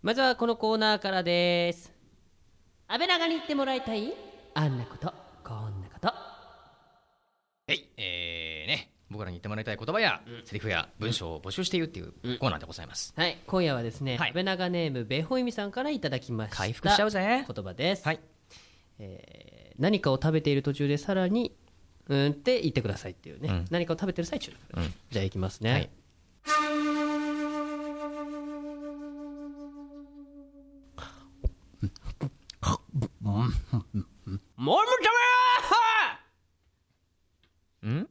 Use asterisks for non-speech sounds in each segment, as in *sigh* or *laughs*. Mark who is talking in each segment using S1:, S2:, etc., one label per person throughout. S1: まずはこのコーナーからです安倍長に言ってもらいたいあんなことこんなこと
S2: はい、えー、ね、僕らに言ってもらいたい言葉や、セリフや文章を募集しているっていうコーナーでございます。
S1: はい今夜はですね、
S2: はい
S1: 安倍長ネームベホイミさんからいただきました
S2: 回復しちゃうぜ
S1: 言葉です、
S2: はい、
S1: えー何かを食べている途中でさらにうーんって言ってくださいっていうね、
S2: うん
S1: 何かを食べてる最中だからね、
S2: うん
S1: じゃあいきますね、
S2: はい
S1: もう食べ
S2: うん。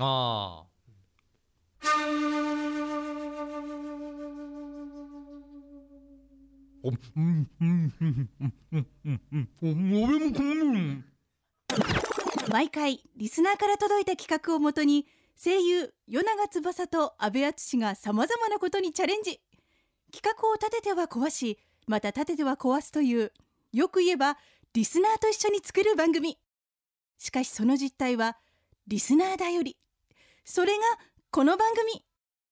S2: *laughs* ああ。お、うん、うん、うん、うん、うん、うん、うん、うん、俺もこうん。
S3: 毎回リスナーから届いた企画をもとに声優与永翼と阿部淳がさまざまなことにチャレンジ企画を立てては壊しまた立てては壊すというよく言えばリスナーと一緒に作る番組しかしその実態はリスナーだよりそれがこの番組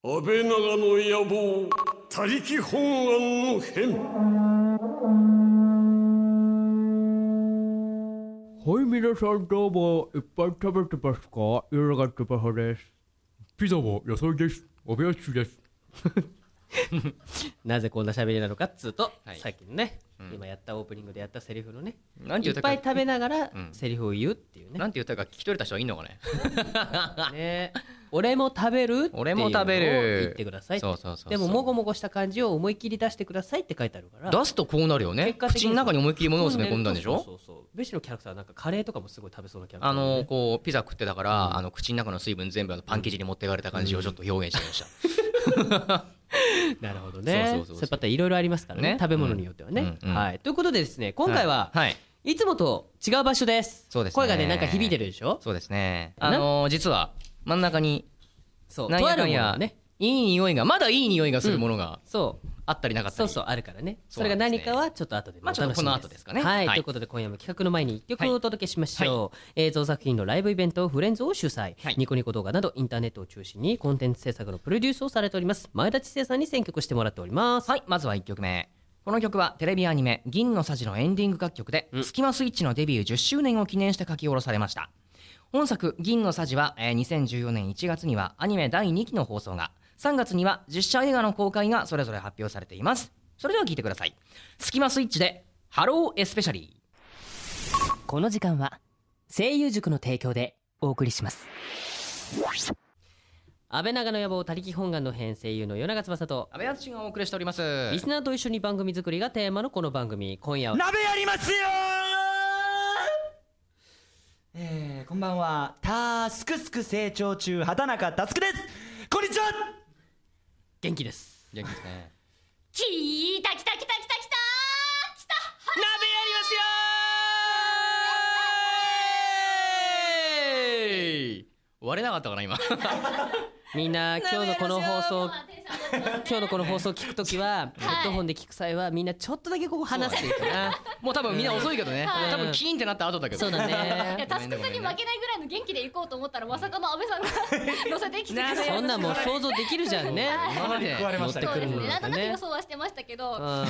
S4: 安倍長の野望他力本願の変
S5: はい、皆さんどうも、いっぱい食べてますか夜中つばさです。ピザは野菜です。おべやしです。
S1: なぜこんな喋りなのかっつうと、
S2: はい
S1: さっきのね、今やったオープニングでやったセリフのね
S2: なんて
S1: い
S2: 言
S1: っ
S2: った
S1: ぱ
S2: か
S1: い食べながら
S2: うん
S1: セリフを言うっていうね,、
S2: なんて言ったか聞き取れた人はいいの
S1: *laughs*
S2: かね。
S1: ね俺も食べるっていうのを
S2: 俺も食べる
S1: 言ってくださいって
S2: そうそうそうそう
S1: でももごもごした感じを思い切り出してくださいって書いてあるから
S2: 出すとこうなるよね。
S1: 結果的に
S2: 口の中に思いっきり物を詰め込んだんでしょ
S1: そうそうそうベシのキャラクターはなんかカレーとかもすごい食べそうなキャラクタ
S2: あ
S1: ーだよね、
S2: のこうピザ食ってたから、あの口の中の水分全部あのパン生地に持っていかれた感じをちょっと表現してみました、
S1: なるほどね
S2: そうそうそうそう
S1: やっぱいろいろありますからね
S2: ね
S1: 食べ物によってはね、
S2: うんうんうん
S1: はいということでですね今回は、
S2: はい、
S1: い、つもと違う場所です
S2: そうですね
S1: 声がねなんか響いてるでしょ
S2: そうですね
S1: な
S2: あの実は真ん中に
S1: そう
S2: なん
S1: とあ
S2: や
S1: る
S2: か
S1: もの
S2: んや
S1: がね
S2: いい匂いがまだいい匂いがするものが
S1: そう
S2: あったりなかった
S1: そう
S2: り
S1: そうあるからねそ
S2: そう
S1: れ
S2: な
S1: が
S2: んですね
S1: 何かはちょっと後でね
S2: まあちょっと
S1: お楽しみ
S2: この後ですかね
S1: はい、
S2: はい
S1: ということで今夜も企画の前に一曲をお届けしましょう、映像作品のライブイベントフレンズを主催、
S2: はい
S1: ニコニコ動画などインターネットを中心にコンテンツ制作のプロデュースをされております前田知世さんに選曲してもらっております
S2: はいまずは1曲目この曲はテレビアニメ「銀のさじ」のエンディング楽曲で、スキマスイッチのデビュー10周年を記念して書き下ろされました本作「銀のさじは」えー2014年1月にはアニメ第2期の放送が3月には実写映画の公開がそれぞれ発表されていますそれでは聴いてください「スキマスイッチ」で「ハローエスペシャリー
S6: この時間は声優塾の提供でお送りします
S1: 安倍長の野望他力本願の編声優の与永翼と」
S2: 阿部淳がお送りしております
S1: リスナーと一緒に番組作りがテーマのこの番組今夜は
S7: 鍋やりますよえー、こんばんは。たーすくすく成長中、畑中タスクですこんにちは
S1: 元気です
S2: 元気ですね
S8: きたきたきたきたきたきた
S2: 割れなかったかな今
S1: みんな今日のこの放送今日のこの放送聞くときは、ヘッドホンで聞く際はみんなちょっとだけここ離していいかな
S2: もう多分みんな遅いけどね、
S8: はい
S2: 多分キーンってなった後だけど
S1: そうだ
S8: *laughs* いや
S1: ね
S8: タスク君に負けないぐらいの元気で行こうと思ったらまさかの安倍さんが *laughs* 乗せてきてくれる
S1: そんなんもう想像できるじゃんね
S2: 今まで
S7: 食われましたけ
S1: 持
S7: ど
S1: っ
S8: そ
S1: て
S8: う
S1: くる
S8: です
S1: もの
S8: ねな
S1: だと
S8: んとなく
S1: ね
S8: 予想はしてましたけど
S1: うん
S8: は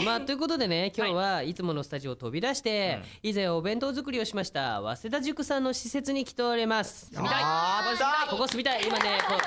S8: い
S1: まあということでね今日はいつものスタジオを飛び出して、以前お弁当作りをしました早稲田塾さんの施設に来ております住みたいここ住みたい今ねこう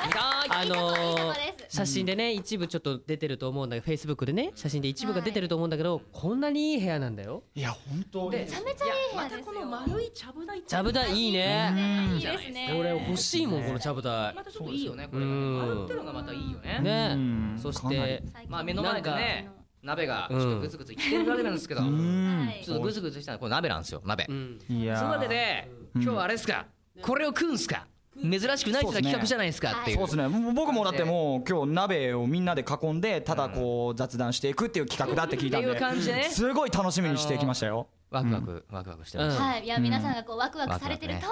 S1: あ
S8: いいと
S1: の
S8: こ
S1: ー
S8: です
S1: 写真でね一部ちょっと出てると思うんだけどフェイスブックでね写真で一部が出てると思うんだけど、こんなにいい部屋なんだよ
S7: いや、本当
S8: めちゃめちゃいい部屋ですよ
S6: いちゃぶ台
S1: ジャブ台いいね
S8: いいですね
S1: 俺欲しいもんこのジャブ台
S2: またちょっといいよねこ
S1: う
S2: れがね
S1: ん
S2: 丸ってのがまたいいよね
S1: ね
S7: うん
S1: そし
S7: かな
S1: て
S7: り
S8: 最近
S2: まあ目の前でね鍋がちょっとグツグツいってる鍋なんですけど、
S7: うん
S2: ちょっとグツグツしたのはこれ鍋なんですよ鍋、
S1: うん
S7: いや
S2: その
S7: ー
S2: 鍋で、今日はあれですかこれを食うんすか珍しくナイスな企画じゃないですかっていう
S7: そうですね。もう僕もだってもう今日鍋をみんなで囲んで、ただこう雑談していくっていう企画だって聞いたん
S2: っていう感じでね
S7: で、すごい楽しみにしてきましたよ。
S2: ワクワク、ワクワクしてます、
S8: はいいや皆さんがこうワクワクされてる通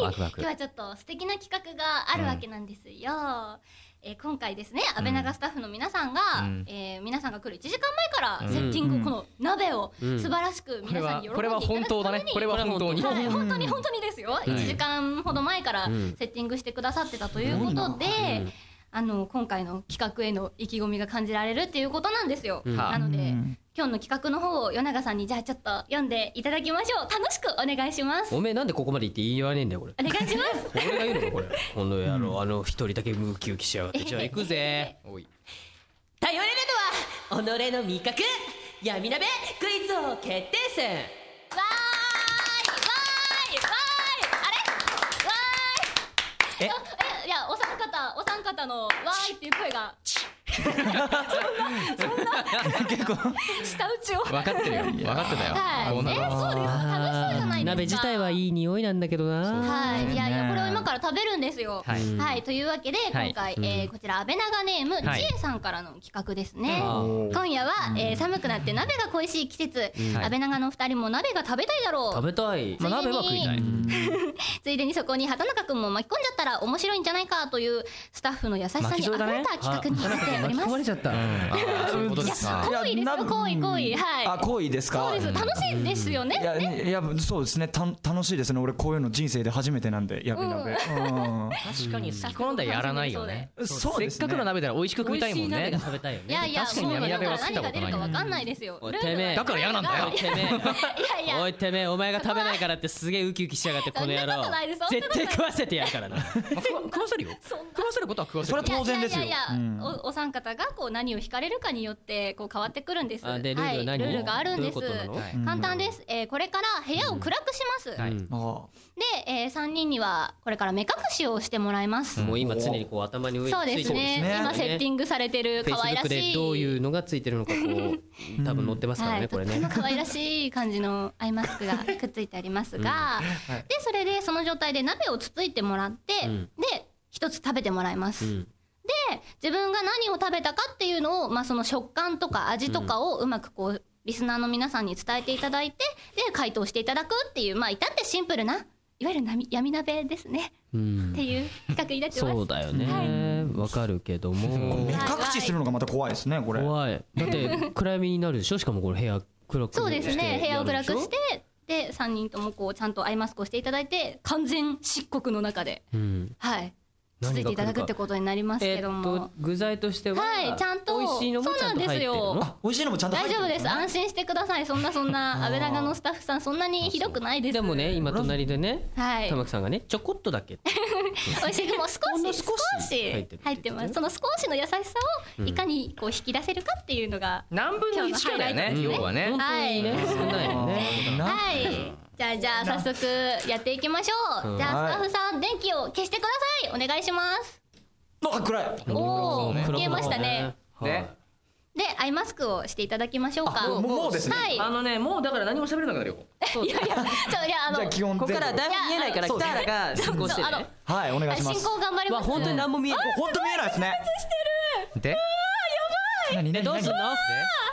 S8: り
S2: ワクワク
S8: 今日はちょっと素敵な企画があるわけなんですよ、えー今回ですね安倍長スタッフの皆さんが、
S2: うん
S8: えー皆さんが来る1時間前からセッティング、
S7: うん
S8: この鍋を
S1: うん
S8: 素晴らしく皆さんに喜んでいただくた
S2: これはこれ
S8: めに、
S2: は本当だねこれは本当に
S8: はい、本当に本当にですよ、
S2: ん
S8: 1時間ほど前から
S1: ん
S8: セッティングしてくださってたということで、
S1: ん
S8: あの今回の企画への意気込みが感じられるっていうことなんですよ、
S1: ん
S8: なので、
S7: うん
S8: 今日の企画の方を与永さんにじゃあちょっと読んでいただきましょう楽しくお願いしますお
S1: おめえなんでここまで行って言わねえんだよこれ
S8: 願いします
S1: 俺が言うのかこれこの野郎あの一人だけムキウキしやがってじゃあ行くぜおい
S9: 頼れるのは己の味覚闇鍋クイズ王決定
S8: わーいわーいわーいあ
S9: 戦
S8: れわーい
S7: え
S8: あえいやお三方お三方のわーいっていう声がそんなそんな結構下打ちを
S10: 分かってるよ分かってたよ
S8: はい
S10: こ
S8: え
S10: うなる
S8: そうです楽しそうじゃないですか
S1: 鍋自体はいい匂いなんだけどな
S8: はい、いやいやこれを今から食べるんですよ。
S2: はい
S8: はい、というわけで
S2: はい
S8: 今回、えーこちら安倍長ネーム、
S2: はい
S8: ちえさんからの企画ですね。
S1: お
S8: 今夜は、えー寒くなって鍋が恋しい季節、
S2: はい
S8: 安倍長の二人も鍋が食べたいだろう。
S1: 食べたい
S8: ついでに
S2: 鍋は食いたい
S8: ついでにそこに畑中くんも巻き込んじゃったら面白いんじゃないかというスタッフの優しさに
S2: 巻き
S8: 溢
S2: 添
S8: れ
S2: えだね
S8: た企画になっております。
S2: ちゃった、ああそういうことですか
S8: いや行為ですよ
S7: な
S8: 行為行為はい
S7: あ行為ですか
S8: そうです、楽しいですよね。
S7: いやいやそうですねた楽しいですね俺こういうの人生で初めてなんでやべなべ、うん
S2: 確かに好き好んだらやらないよね
S7: そうですね
S2: せっかくの鍋だら美味しく食いたいもん
S1: 美味し
S2: ね
S1: い鍋が食べたいよ
S8: い
S1: ね
S8: やいや、
S2: 確かに闇
S8: だか
S2: 鍋
S8: ら
S2: は食った
S8: 何
S2: こ
S8: が
S2: と
S8: 出る
S2: ない
S8: かわかんないですよ。
S1: おい
S8: ルール
S1: てめえだ
S8: が
S2: から嫌なんだよ
S1: おいてめえ
S8: いやいや
S1: おいてめえお前が食べないからってすげえウキウキしやがってこの野
S8: そんなこ
S1: 郎
S8: とないですそんなことな
S1: 絶
S8: い
S1: 対食わせてやるから
S7: *laughs*
S1: な
S2: まあ食わ食わせるよ
S8: そんな
S2: 食わせることは食わせ
S7: そ
S2: る
S7: れは当然ですよ
S8: いやいや
S7: う
S8: いや
S7: ん
S8: おお三方がこう何を惹かれるかによってこう変わってくるんです。
S1: あでルールは何
S8: はい、ルールがあるんです。
S1: どういうことなの
S2: はい
S7: うん
S8: 簡単です、えーこれから部屋を暗くします、
S2: はい
S1: うん
S7: あ
S8: で、えー、3人にはこれから目隠しをしてもらいます、
S1: もう今常にこう頭に上につ
S8: そうで
S1: いて
S8: すね
S7: そうですね
S8: 今セッティングされてる可愛ら
S1: Facebook
S8: し
S1: で
S8: い
S1: どういうのがついてるのかこう多分載ってますから
S8: は
S1: ね
S8: い、
S1: こと
S8: っ
S1: れ
S8: ても
S1: ね
S8: 可愛らしい感じのアイマス
S1: *laughs*
S8: クがくっついてありますが、でそれでその状態で鍋をつついてもらって、
S1: うん
S8: で一つ食べてもらいます、
S1: うん
S8: で自分が何を食べたかっていうのを、まあ、その食感とか味とかをうまくこう、リスナーの皆さんに伝えていただいてで回答していただくっていうまあ至ってシンプルないわゆるなみ闇鍋ですね、
S1: うん
S8: っていう企画になってます。
S1: そうだよねわかるけども
S7: 目隠しするのがまた怖いですねこれ
S1: 怖いだって暗闇になるでしょしかもこれ部屋暗くして
S8: そうですね部屋を暗く
S1: やる
S8: し
S1: でょ
S8: てで3人ともこうちゃんとアイマスクをしていただいて完全漆黒の中で
S1: うん
S8: はい
S1: 何
S8: 続
S1: が
S8: いていただくってことになります
S1: え
S8: けど
S1: っ
S8: も、
S1: と具材としては
S8: はいちゃんと
S1: 美味しいのもちゃんと入ってる
S8: そうなんです
S1: の
S8: よ
S7: 美味しいのもちゃんと入
S8: 大
S7: って
S8: 丈
S7: る
S8: 夫です安心してくださいそんなそんな安倍長のスタッフさんそんなにひどくないです
S1: でもね今隣でね
S8: はい
S1: 玉木さんがねちょこっとだけって
S8: 美味しいもう
S1: ほん
S8: 少
S1: の
S8: し
S1: 少
S8: 少
S1: し入っ
S8: して
S1: る
S8: 入ってますその少しの優しさをいかにこう引き出せるかっていうのが、
S2: 何分の1かだよね
S8: 今日のハイライト
S1: 本当にね
S2: 要はね
S8: ですねはい
S1: 少ないよね
S7: な
S8: はい。じゃあじゃあ早速やっていきましょう。じゃあスタッフさん電気を消してください。お願いします。
S7: あ暗い
S8: おお、
S1: 暗くなる
S8: 消えましたね。
S1: はい
S2: ね
S8: でアイマスクをしていただきましょうか。
S7: あもうもうですね
S8: はい。
S2: あのねもうだから何も喋れなくなるよ
S8: いやいや、そういやあの
S7: じゃあ基本
S1: ここ
S7: 全
S1: から
S7: 部
S1: だいぶ見えないから北原が進行して
S8: そう
S1: ね
S8: あの
S7: はいお願いしま
S8: 進
S7: す
S8: 行頑張り
S1: わ
S8: ます。
S1: 本当に何も見えない
S7: 本当見えないですね
S2: で
S7: 何何
S1: ど
S7: *laughs*
S1: うすんの
S7: 何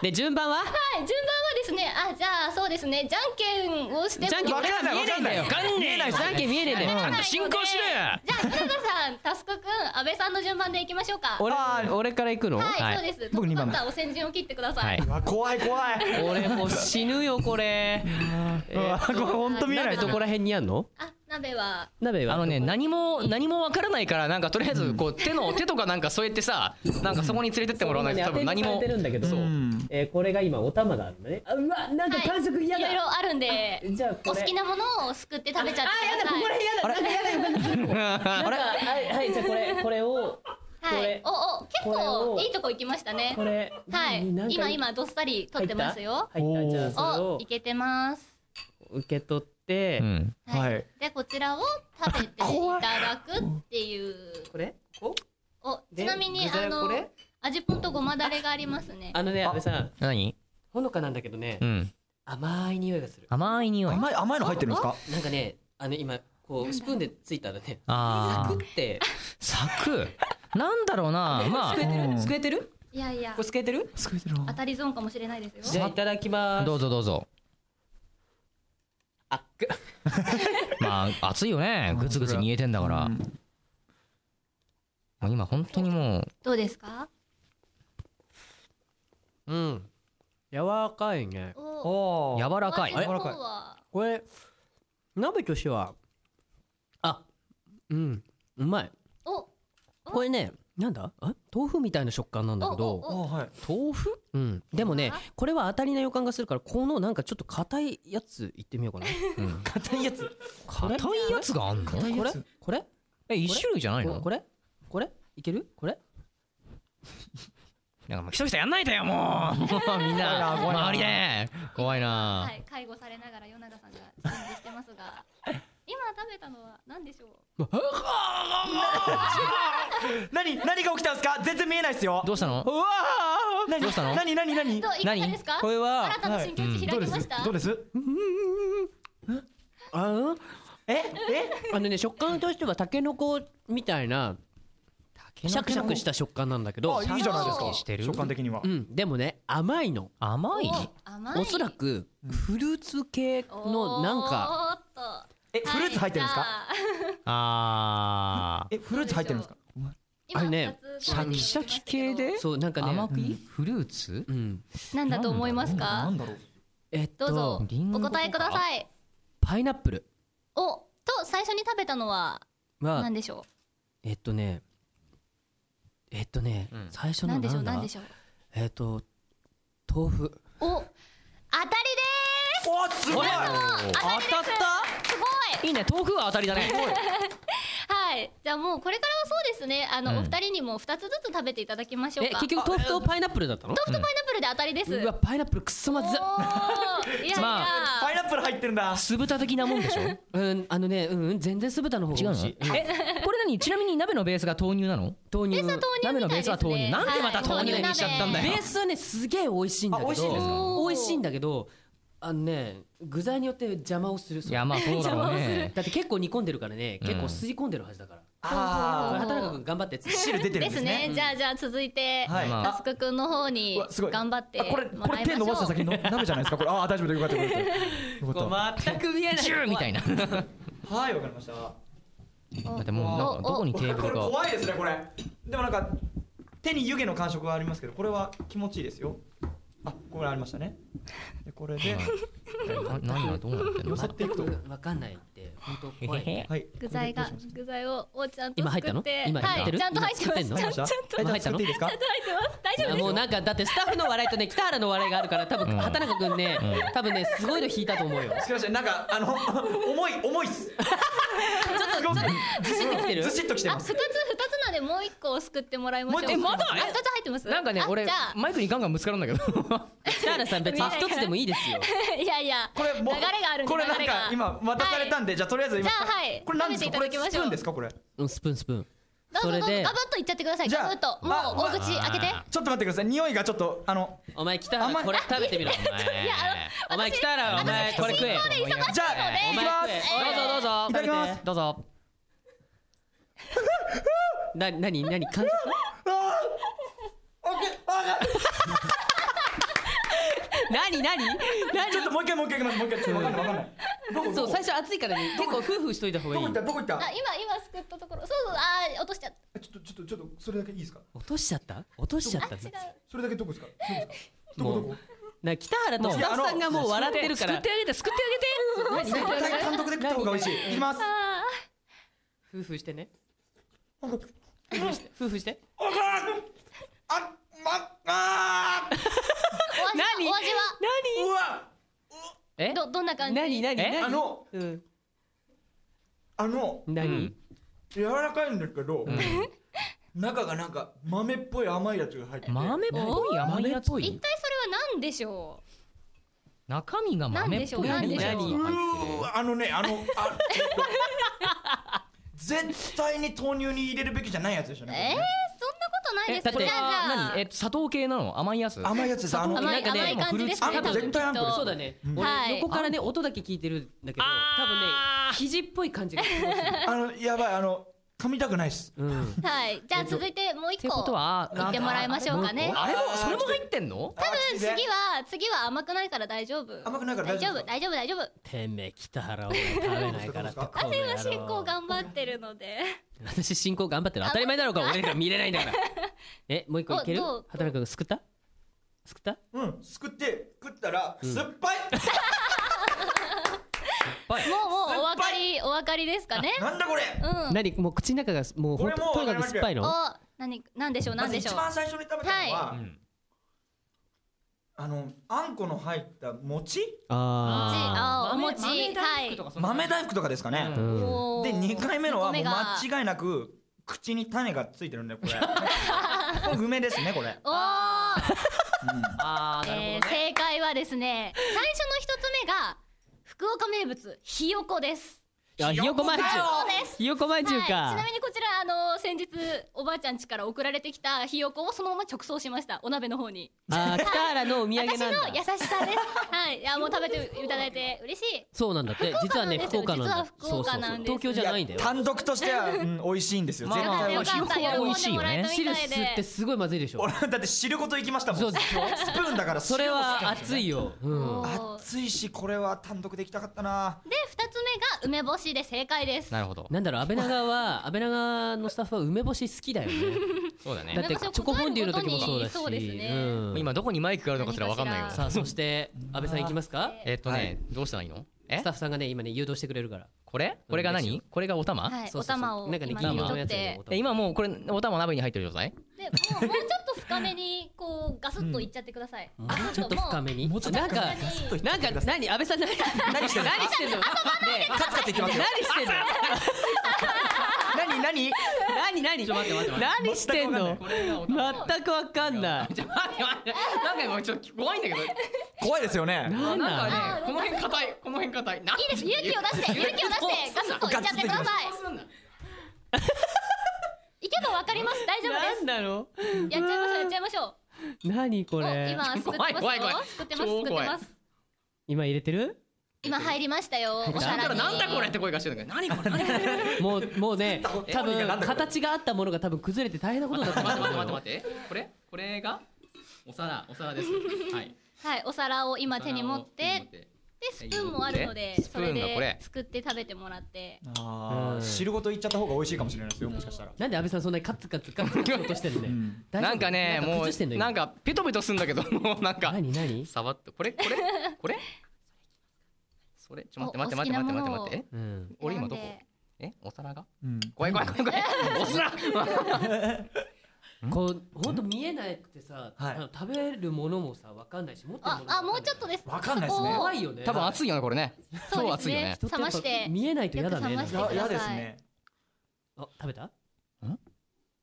S1: で順番は
S8: はい、順番はですね。あ、じゃあそうですね。じゃんけんをしても
S1: じゃんけん
S7: わからない
S1: 見えねえんだよ
S7: わかんない
S1: 見えないじゃんけん見えねえんだよ
S8: わ
S1: ちゃ
S8: から
S1: ん
S8: ないの
S1: と
S8: で
S1: 進行しろよ
S8: じゃあ豊田さん、タスクくん、安倍さんの順番でいきましょうか。
S1: 俺
S7: あー
S1: 俺から行くの
S8: はい、そうです。
S7: 僕二番目
S8: トップバッターお先陣を切ってくださ。
S1: はいいう
S7: わ怖い怖い
S1: 俺もう死ぬよこれ
S7: うわこれ本当見えない
S1: 鍋
S7: です
S1: ど
S7: ね
S1: こら辺にあんの
S8: あ、鍋は
S1: 鍋は
S2: あのね何も何もわからないからなんかとりあえずこう手の手とかなんか添えてさなんかそこに連れてってもらわないと多分何も
S1: るんだけど
S7: うん
S1: えーこれが今お玉があるのねあうわなんか
S8: はい
S1: 感触嫌
S8: いろい
S1: だ
S8: ろあるんで、
S1: じゃあ
S8: お
S1: これ
S8: 好きなものをすくって食べちゃってください。
S1: あやだなんかはいはいじゃあこれこれを
S8: はい。おお結
S1: これを
S8: 構いいとこ行きましたね。
S1: これ
S8: はい。
S1: 何
S8: 今今どっさり取ってますよ。
S1: 入ったじゃあそれ
S8: お
S1: を
S8: いけてます。
S1: 受け取って
S2: *laughs* うん
S8: はい。
S7: はい
S8: でこちらを食べていただくっていう。
S1: これここ
S8: お
S1: で
S8: ちなみに
S1: 具材
S8: あ
S1: はこ
S8: の
S1: れ
S8: 味ぽんとごまだれがありますね。
S1: あのね安倍さん
S2: 何
S1: ほのかなんだけどね
S2: うん
S1: 甘い匂いがする
S2: 甘い匂い
S7: 甘い甘いの入ってるんですか
S1: なんかねあの今こうスプーンでついたらねサ
S2: あ
S1: ク
S2: ー
S1: って
S2: サクなんだろうなます
S1: くえて
S7: う
S1: る
S7: ん
S1: すくえてる
S8: いやいや
S1: これすくえてる
S7: すごいてるな
S8: 当たり損かもしれないです
S1: じ
S8: よ。
S1: ゃあいただきま
S2: あ
S1: す
S2: どうぞどうぞ
S1: あっく
S2: *laughs* まあ暑いよねグツグツ煮えてんだから
S7: うん
S2: もう今本当にもう
S8: どうですか？
S1: うん柔らかいねお
S8: お
S2: 柔らかい
S8: お味
S2: あ
S8: の方は
S1: これ鍋としてはあうんうまい
S8: お
S1: これねなんだあ豆腐みたいな食感なんだけど
S8: お
S7: はい
S1: 豆腐うんでもねこれは当たりな予感がするからこのなんかちょっと硬いやついってみようかな
S7: 硬いやつ
S2: 硬いやつがあんの
S1: これこれ
S2: え一種類じゃないの
S1: これこれいけるこれ
S2: なんかもう人々やんないでよもうもうみんな
S7: 怖いな
S2: 周りで怖い
S8: は、
S2: ない
S8: 介護されながら与永さんが準備してますが *laughs* 今食べたのは何でしょう
S7: 何何が起きたんですか全然見えないですよ
S2: どうしたの
S7: うわー何
S2: どうしたの
S7: 何何何
S8: どういかがですか
S1: これは
S8: 新たな新境地開けました、
S7: どうです
S1: あ
S7: ええ
S1: あのね食感としてはタケノコみたいなシャクシャクした食感なんだけど
S7: あいいじゃないですか
S2: してる
S7: 食感的には
S1: うんでもね甘いの
S2: 甘い
S8: お甘い
S1: おそらくフルーツ系のなんか
S8: おーっと
S7: えフルーツ入ってるんですか
S8: はいじゃあ
S2: あ
S7: えフルーツ入ってるんですか
S8: 今
S1: あれね
S8: 二つ食べていただきましたけど
S1: そうなんかね
S2: 甘くいフルーツ
S1: うん
S8: なんだと思います
S7: な
S8: か
S7: んだろう
S1: えっ
S8: どう
S1: と
S8: ぞ
S2: リンゴ
S8: お
S2: とか
S8: 答えください
S1: パイナップル
S8: おと最初に食べたのは
S1: は
S8: 何でしょ
S1: えっとねえっとね
S2: うん
S1: 最初
S8: う
S1: の
S8: 何でしょ
S1: な
S8: うん何
S1: だ
S8: でしょう
S1: えっと豆腐
S8: お当たりで
S7: おすごい
S8: ーす当たりですすごい
S2: いいね豆腐は当たりだね
S8: はい、じゃあもうこれからはそうですね。あの、
S2: うん
S8: お二人にも二つずつ食べていただきましょう
S1: え
S8: か。
S1: 結局豆腐とパイナップルだったの
S8: パイナップルで当たりです。
S1: うわパイナップルくっそまずっ
S8: おーいやいや、
S2: ま
S7: パイナップル入ってるんだ
S2: 酢豚的なもんでしょ違う
S1: うんあのねうんうん全然酢豚の方が美
S2: の
S1: 味しい
S2: えこれ何ちなみに鍋のベースが豆乳なの
S1: 豆乳
S8: ベースは豆
S2: 鍋
S8: 乳
S2: の
S8: みた
S2: ベ
S8: い
S2: ースは豆
S8: ですね。
S2: 乳なんでま
S8: は
S2: た
S8: い
S2: 豆乳にしちゃったんだよ
S1: ベースはねすげえ美味しいんだけど
S7: あ美味しいんです
S8: かおー
S1: 美味しいんだけどあのね具材によって邪魔をする
S2: いやまあそうだろうね
S1: だって結構煮込んでるからね
S2: うん
S1: 結構吸い込んでるはずだから
S8: あー
S1: これ
S7: あ
S1: 畑中君頑張って
S7: 汁出てるん
S8: で
S7: です
S8: す
S7: ね
S8: ね。じゃあじゃあ続いて、
S7: はい
S2: まあ
S8: タスクくんの方に
S7: うわすごい
S8: 頑張って
S7: あこれ
S8: も
S7: こ
S8: ら
S7: れ
S8: いま
S7: 手
S8: し
S7: 伸ばした
S8: ょう。
S7: 先の鍋じゃないですかこれああ大丈夫だよかったよかったよかっ
S1: 全く見えない
S2: ジューみたいなだ
S7: たはいわかりましたこ
S2: ってもうなんかどこにテーブ
S7: れ
S2: ルが
S7: 怖いですねこれでもなんか手に湯気の感触はありますけどこれは気持ちいいですよあこれありましたねでこれで
S2: な何がどうなってんの
S7: よそっていくと
S1: 全く分かんないって本当怖い
S2: へへ
S7: はい
S8: 具材が
S7: これでどうし
S8: 具材をおちゃんと
S1: 今
S8: 作
S1: 入
S8: っ
S1: ったの
S8: て
S1: 今
S8: は
S1: 入って
S8: い
S1: る
S8: ちゃんと入ってま
S1: 今
S8: す。ちゃん
S7: ま
S8: ち
S7: した
S8: ゃんとちゃんと
S1: 今
S7: え
S1: 入
S7: じ
S1: った
S7: ゃあ
S1: の
S7: 作っていいですか
S8: 入ってます。大
S1: い
S8: 丈夫
S1: や
S8: です
S1: もう
S8: よ。
S1: なんかだってスタッフの笑いとね北原の笑いがあるから多分
S2: うん
S1: 畑中君ね多分ねすごいの引いたと思うよ
S7: すみません、なんか、あの、 *laughs* 重い、重いっす。ちょっと、すごく、
S1: ずしんときてる
S7: ずしっときて
S8: あ、
S7: ま
S8: 二つ
S7: す。
S8: 二つなんでもう一個をすくってもらいましょう。
S2: もう一個えまだ
S8: あ、二つ入ってます。
S2: なんかね
S8: あ
S2: 俺
S8: じゃあ *laughs*
S2: マイクにガンガンぶつかるんだけど
S1: 北原さん別に一つでもいいですよ
S8: いやいや、
S7: これ、もう、
S8: 流れがあるんで
S7: これ、なん
S8: 流れが
S7: か、今、渡されたんで、じゃ、あとりあえず、今。
S8: じゃあはい
S7: これ、なんですか、こ
S8: 食べ
S7: れ、
S8: ていただ
S7: ス
S8: きましょう
S7: プーンですか、これ。ち
S1: うんスプーンスプーン
S8: ど
S1: そ
S8: うぞどう
S1: れ
S8: ぞ
S1: で
S8: ガバッといっちゃってください
S7: じゃあ
S8: ガブッとも
S7: ま
S8: う大口開けて
S2: あ
S7: ょっと待ってください、匂いがちょっと、あの、
S1: お前北
S7: 甘
S1: 原
S7: い
S1: これ食べてみろお前
S8: いやあの
S1: お前
S8: 私
S1: 北原お前これ食え
S8: 私信号で忙しい
S7: じゃ
S8: ので
S7: あ、
S1: お
S7: い
S1: 前
S7: きま
S1: 食え
S7: す。
S1: どうぞどうぞ
S7: いただきます
S1: どうぞななになに感触 *laughs* なになにな
S7: ちょっと、もう一回、もう一回、いきます、もう一回、ちょっと、わかんない、わかんない。どこ、
S1: にそ
S7: ど
S1: う
S7: こ
S1: 最初熱いからね結構フーフーしといた方が
S7: ど
S1: い
S7: こ行っ
S1: い
S7: た、どこ行った。
S8: あ今今すくったところそうそうあー落としちゃっ
S7: ちょっと、ちょっと、ちょっと、それだけいいですか。
S1: 落としちゃった落としちゃったた
S8: あ違う
S7: それだけ、どこですか。ど
S1: も
S7: こ
S1: う
S7: どこ。
S1: な北原とスタッフさんがもう笑ってるから
S2: あげて救ってあ
S7: *laughs*
S2: げて
S7: 絶対、単独で食った方が美味しい。いきます。
S8: あ
S1: フーフーしてねフーフーして
S7: あ、ま、あー。
S8: ーお味
S1: 何
S8: はお味は
S7: うわ。
S1: え
S8: どどんな感じ
S1: なになに
S2: え
S1: な
S7: あ
S1: に
S7: の、
S1: うん
S7: あの。
S1: な
S2: う
S1: に
S2: ん
S7: 柔らかいんですけど、中がなんか豆っぽい甘いやつが入ってて
S2: 豆っぽい甘いやつ
S8: 一体それは何でしょ
S2: 中身が豆っぽい
S8: なん
S1: でしょうなんでしょう
S7: うーわあのねあのあえっと絶対に豆乳に入れるべきじゃないやつでした
S8: うえー
S7: ね、
S8: そんなことないです
S2: だっ
S8: よじ
S2: て
S8: ゃあ
S2: 何
S8: じ
S2: え
S8: ゃ
S2: っと砂糖系なの甘いやつ
S7: これ甘いやつですあの
S8: あ甘
S1: なん
S8: い
S1: かね
S8: 甘い感じですね
S7: フルーツ
S8: 多分きっと
S7: あ絶対アンプル
S1: そうだね、
S7: うん
S8: はい
S1: 俺横からね音だけ聞いてるんだけど多分ね肘っぽい感じがする
S7: あのやばいあの噛みたくないっす
S1: うん
S8: はいじゃあ続いてもう
S2: っ
S8: 一
S2: て
S8: 個
S2: ことは
S8: 行ってもらいましょうかね
S2: あれもそれも入ってんの
S7: 多分
S8: 次は次は甘くないから大丈夫
S7: 甘くないから大
S8: 大
S7: 丈
S8: 丈
S7: 夫
S8: 夫大丈夫大丈夫
S1: てめえ北原俺食べないから
S8: *laughs*
S1: ってこの野郎
S8: 今進行頑張ってるので
S1: 私進行頑張ってる当たり前だろうが俺
S8: *laughs*
S1: ら見れないんだからえもう一個いける
S8: おどう
S1: 畑中君すくったすくった
S7: うんすくって食ったら酸っぱい、
S8: もうもうお分かりお分かりですかね
S7: なんだこれ
S8: うん
S1: 何もう口の中がもうほんと
S7: 俺もう
S1: とにかく酸っぱいの
S8: お、何何でしょう何でしょう、
S7: まず一番最初に食べたのは、
S8: は
S7: あのあんこの入った餅
S8: あーお
S2: 豆
S8: 餅
S2: 豆大福とかそんな
S7: 豆大福とかですかね、
S8: おー
S7: で2回目のはもう
S8: お米が
S7: 間違いなく口に種がついてるんでこれこれ
S8: *laughs*
S7: 梅ですねこれ
S8: おー
S2: あーなるほど
S8: え
S2: ね
S8: ー、正解はですね最初の一つ目が福岡名物ひよこです
S1: あひよこまんじゅう
S8: ひよこです
S1: ひよこまんじゅうか、
S8: はい、ちなみにこちらあの先日おばあちゃん家から送られてきたひよこをそのまま直送しましたお鍋の方に
S1: あー北原のお土産なん
S8: 私
S1: だ
S8: の優しさですはいいやもう食べていただいて嬉しい
S1: そうなんだって実はね
S8: 福
S1: 福
S8: 岡
S1: 岡
S8: な
S1: なんんだ
S8: だ実は福岡なんです
S1: そうそう東京じゃないんだよ
S7: 単独としては、うん、美味しいんですよ、
S2: まあ
S7: 絶対美味しい
S8: よかったよかった喜んでもらえたみ
S1: シル
S8: たい
S1: ス
S8: で
S1: ってすごいまずいでしょ
S7: 俺だって汁ごといきましたもん
S1: そう
S7: スプーンだから
S1: それは
S7: 汁
S1: 熱いよ、うん、
S8: おー
S7: も熱いしこれは単独できたかったな
S8: で二つ目が梅干しで正解です
S2: なるほど
S1: なんだろう安倍長は安倍長のスタッフは梅干し好きだよね
S2: そうだね
S1: だってチョコフォンデュの時もそうだし
S8: そうですね
S1: ん
S2: 今どこにマイクがあるのかすらわかんない
S8: 何かし
S1: さ
S2: よ
S1: あそ *laughs* して安倍さんいきますか
S2: えっと
S7: はい
S2: ねどうしたらいいのえ
S1: スタッフさんがね今ね誘導してくれるから
S2: これこれが
S1: うん
S2: 何これがお玉
S8: はい
S1: そうそう
S8: お
S1: そう
S8: 玉を
S1: なんかね
S8: 今
S1: 銀色
S8: 取
S1: の
S8: っ
S1: やつで
S8: て
S2: え今もうこれお玉鍋に入ってる状態
S8: でもうもうちょっと深めにこうガスッといっちゃってください、
S1: もうちょっと深めになんか
S8: ガスッといっ
S1: なんか何安倍さん何 *laughs* 何してんの何してんのねえ
S7: カツカツいきま
S1: 何
S7: すよ
S1: してんの
S7: 何何
S1: *laughs* 何何ちょっと待って待って何してんの全くわかんない
S2: ちょ待って待ってなんか今ちょっと怖いんだけど
S7: 怖いですよね
S1: なん
S2: なん
S1: だ
S2: かねこの辺硬いこの辺硬いなん
S8: いいです勇気を出して勇気を出してガスッといっちゃってください
S2: すんない
S8: けばわかります大丈夫で
S1: なんだろ
S8: すやっちゃいましょうやっちゃいましょう
S1: う何こ
S8: お
S1: れ
S8: 今すくってま
S2: 怖
S8: すよ
S2: い怖い怖い
S8: すくってます
S2: 超
S8: すくって
S2: 怖い
S8: ます
S1: 今入れてる
S8: 今入りましたよお
S2: だか
S8: 皿
S2: ら
S8: に
S2: なんだこれって声がしてるんだけど何これ何これ待
S1: もうもうね多
S7: 本人が
S1: 分
S7: なんだこれ
S1: 形があったものが多分崩れて大変なことだった
S2: *laughs* って待って
S1: と
S2: 待っ
S1: 思
S2: て
S1: うよ
S2: 待ってこれこれがお皿お
S8: *laughs*
S2: 皿ですはい
S8: はいお皿を今手に持って
S2: 皿を手に
S8: でスプーンもあるので
S2: スプ
S8: そ
S2: ー
S8: れ
S2: ンがこれ
S8: ですくって食べてもらって
S7: あー
S1: うん
S7: 汁ごといっちゃった方が美味しいかもしれないですよもしかしたら
S1: なんで安倍さんそんなにカツカツカツカツ落としてるね
S7: ん
S1: 大丈夫
S2: なんかね
S1: なん
S2: も
S1: 崩してんの
S2: う
S1: 今
S2: なんかペトペトすんだけど *laughs* もうなんか
S1: 何何
S2: 触ってこれこれこれそれちょっと待って
S8: お
S2: 待って待って
S8: お好きな
S2: 待
S8: も
S2: って待
S8: のを
S2: って
S1: うん
S2: え俺今どこ
S8: 選んで
S2: えお皿が
S7: うん
S2: 怖い怖い怖い怖い
S8: *laughs*
S2: お皿
S1: こう本当見えなくてさ
S7: は
S1: あ
S7: い
S1: の食べるものもさわかんないし持ってるも
S8: あ
S1: の
S8: あもうちょっと
S1: で
S8: です
S7: わかんないですね
S1: 怖いよね
S2: 多分熱いよねこれね
S8: そ
S2: 超
S8: うです
S2: 熱いよ
S8: ね
S2: ね
S1: 人ってやっぱ
S8: 冷まして
S1: 見えないと嫌だね
S8: よく冷まして
S1: なん
S7: や
S1: か
S7: やですね
S1: あ食べた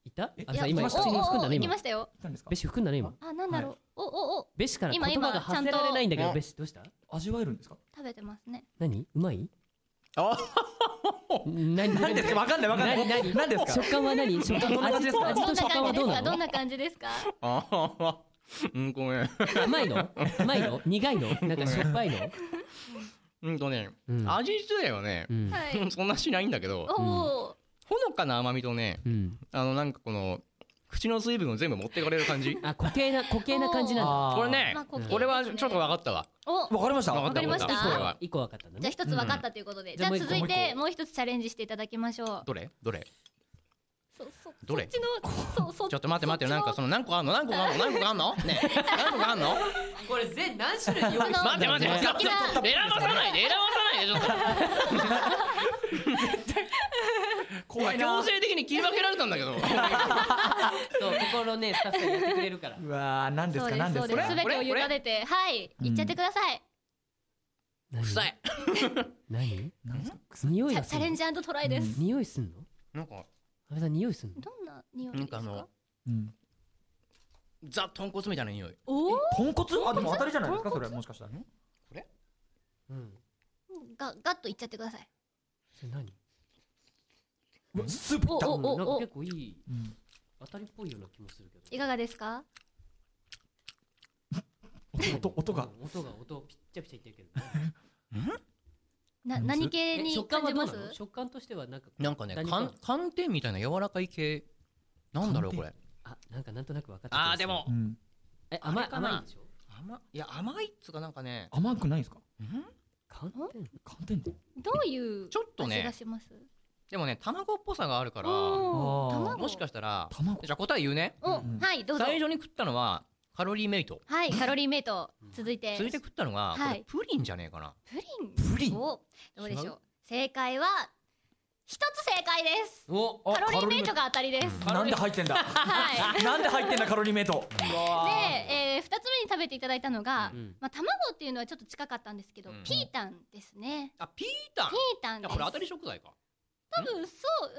S1: いた
S7: え
S1: あ
S8: いや
S1: さ今
S8: お
S1: 口に含んだ
S8: おお
S1: ね
S8: 行き
S1: 今
S8: ましたよ
S7: 何ですか
S1: べし含んだね今
S8: あなんだろうおおお
S1: べしから言
S8: 今今
S1: 葉が発せられないんだけ
S7: ちゃ
S1: ど
S7: んと
S1: べしどうした
S7: 味わえるんですか
S8: 食べてますね
S1: 何うまい
S2: あ
S1: *laughs* 何
S7: 何ですかわかんないわかんない
S1: 何
S7: 何ですか
S1: 食感は何食感
S7: どんな感じですか
S1: 味と
S8: どんな
S1: 食感
S8: 感
S1: は
S8: じ
S1: ど
S8: です
S1: う
S8: か
S1: な
S8: ど
S1: の
S8: んな感じですか
S2: ああうんごめん
S1: うまいのうまいの苦いのなんかしょっぱいの
S2: うんとね
S1: うん
S2: 味自体はね
S1: うん
S8: は
S2: う
S8: い
S2: んそんなしないんだけど
S8: おお
S2: ほのかな甘みとね
S1: うん
S2: あのなんかこの口の水分を全部持ってかれる感じ
S1: あ固形な固形な感じなんだ
S2: これね
S8: まあ固形
S2: これは
S8: で
S2: ち
S8: す
S2: ょっ
S8: ね
S2: と分かったわ
S8: お
S7: わかりました
S2: わ
S8: かりました
S2: わかったこれは
S1: 一個わかったんだ
S8: じゃあ
S1: ね
S8: 一つ分かったということで、
S1: ん
S8: じゃあ
S1: じゃあ
S8: 続い
S7: もう一
S8: て
S7: 個
S8: もう一つチャレンジしていただきましょう。
S2: どれどれ
S8: そそ
S2: どれ
S8: そっちのそそ
S2: ちょっと待って待って
S8: そ
S2: なん
S8: ちの
S2: かその何個あんの何個あんの何個あんのねえ何個あんの
S1: これ全何種類用
S8: 意した
S2: 待って待って待って
S8: さっきの
S2: ちょっと選ばさないで選ばさないでちょっと
S7: 怖いな
S2: 強制的に切り分けられたんだけど
S1: そうここのねスタッフがやってくれるから
S7: うわー何です
S8: そう
S7: か
S8: で
S7: 何
S8: す
S7: で
S8: そう
S7: す
S8: です
S7: か
S8: すべてを委ねてはい行っちゃってください。
S2: *laughs* 臭い
S1: 何匂い
S8: チ
S1: が
S8: ャ
S1: す
S8: チ
S1: ん
S8: ャレン
S1: の
S8: ジトライです。
S1: 匂いすんの
S2: なんか
S1: 安倍さん匂いすんの
S8: どんな匂い
S2: な
S8: で
S2: ん
S8: す
S2: かあの
S8: か？
S7: うん
S2: ザ豚骨みたいな匂い
S8: おお
S7: 豚骨あでも当たりじゃないですかそれもしかしたら
S1: うん
S8: がガッと行っちゃってください。
S1: それ何
S7: うわスープ
S8: おお
S1: うんなんか
S8: おお
S1: 結構いい
S7: うん
S1: 当たりっぽいような気もするけど
S8: いかがですか？
S7: 音音が
S1: うん音が音ピッチャピチャ言ってる
S8: な何
S1: けどえ
S8: 系に
S1: 食感
S8: 感
S1: は
S8: じ
S1: どう
S8: ま
S1: な
S8: す？
S1: の食感としてはなんか
S2: なんかね
S1: 何
S2: 寒寒天みたいな柔らかい系なんだろうこれ
S1: あなんかなんとなく分かった気がする
S2: あーでも
S7: うん
S1: え甘い
S2: あれかな
S1: 甘いんでしょ
S2: 甘いや甘いっつうかなんかね
S7: 甘くないですか
S1: 寒天
S7: 寒天で
S8: どういう
S2: ちょっと
S8: 味が
S2: ね
S8: します？
S2: でもね卵っぽさがあるからも
S8: おお
S1: あー
S8: 卵。
S2: しかしたら
S7: 卵
S2: じゃあ答え言うね
S8: お
S7: ん
S8: はいどうぞ。
S2: 最初に食ったのはカロリーメイト
S8: はいカロリーメイト続いて。
S2: 続いて食ったのがこ
S8: は
S2: れ
S8: い
S2: プリンじゃねえかな
S8: プリン
S7: プリン
S8: をどうでし
S2: 違
S8: ょ
S2: う
S8: う正解は一つ正解です
S1: お
S8: カロリーメイトが当たりです
S7: なんで入ってんだ
S8: はい
S7: なんで入ってんだカロリーメイト
S8: で、えー、2つ目に食べていただいたのが、まあ、卵っていうのはちょっと近かったんですけど、ピータンですね
S1: あピータン
S8: ピータン
S1: い
S8: で
S1: や
S8: す
S1: これ当たり食材か
S8: 多分そ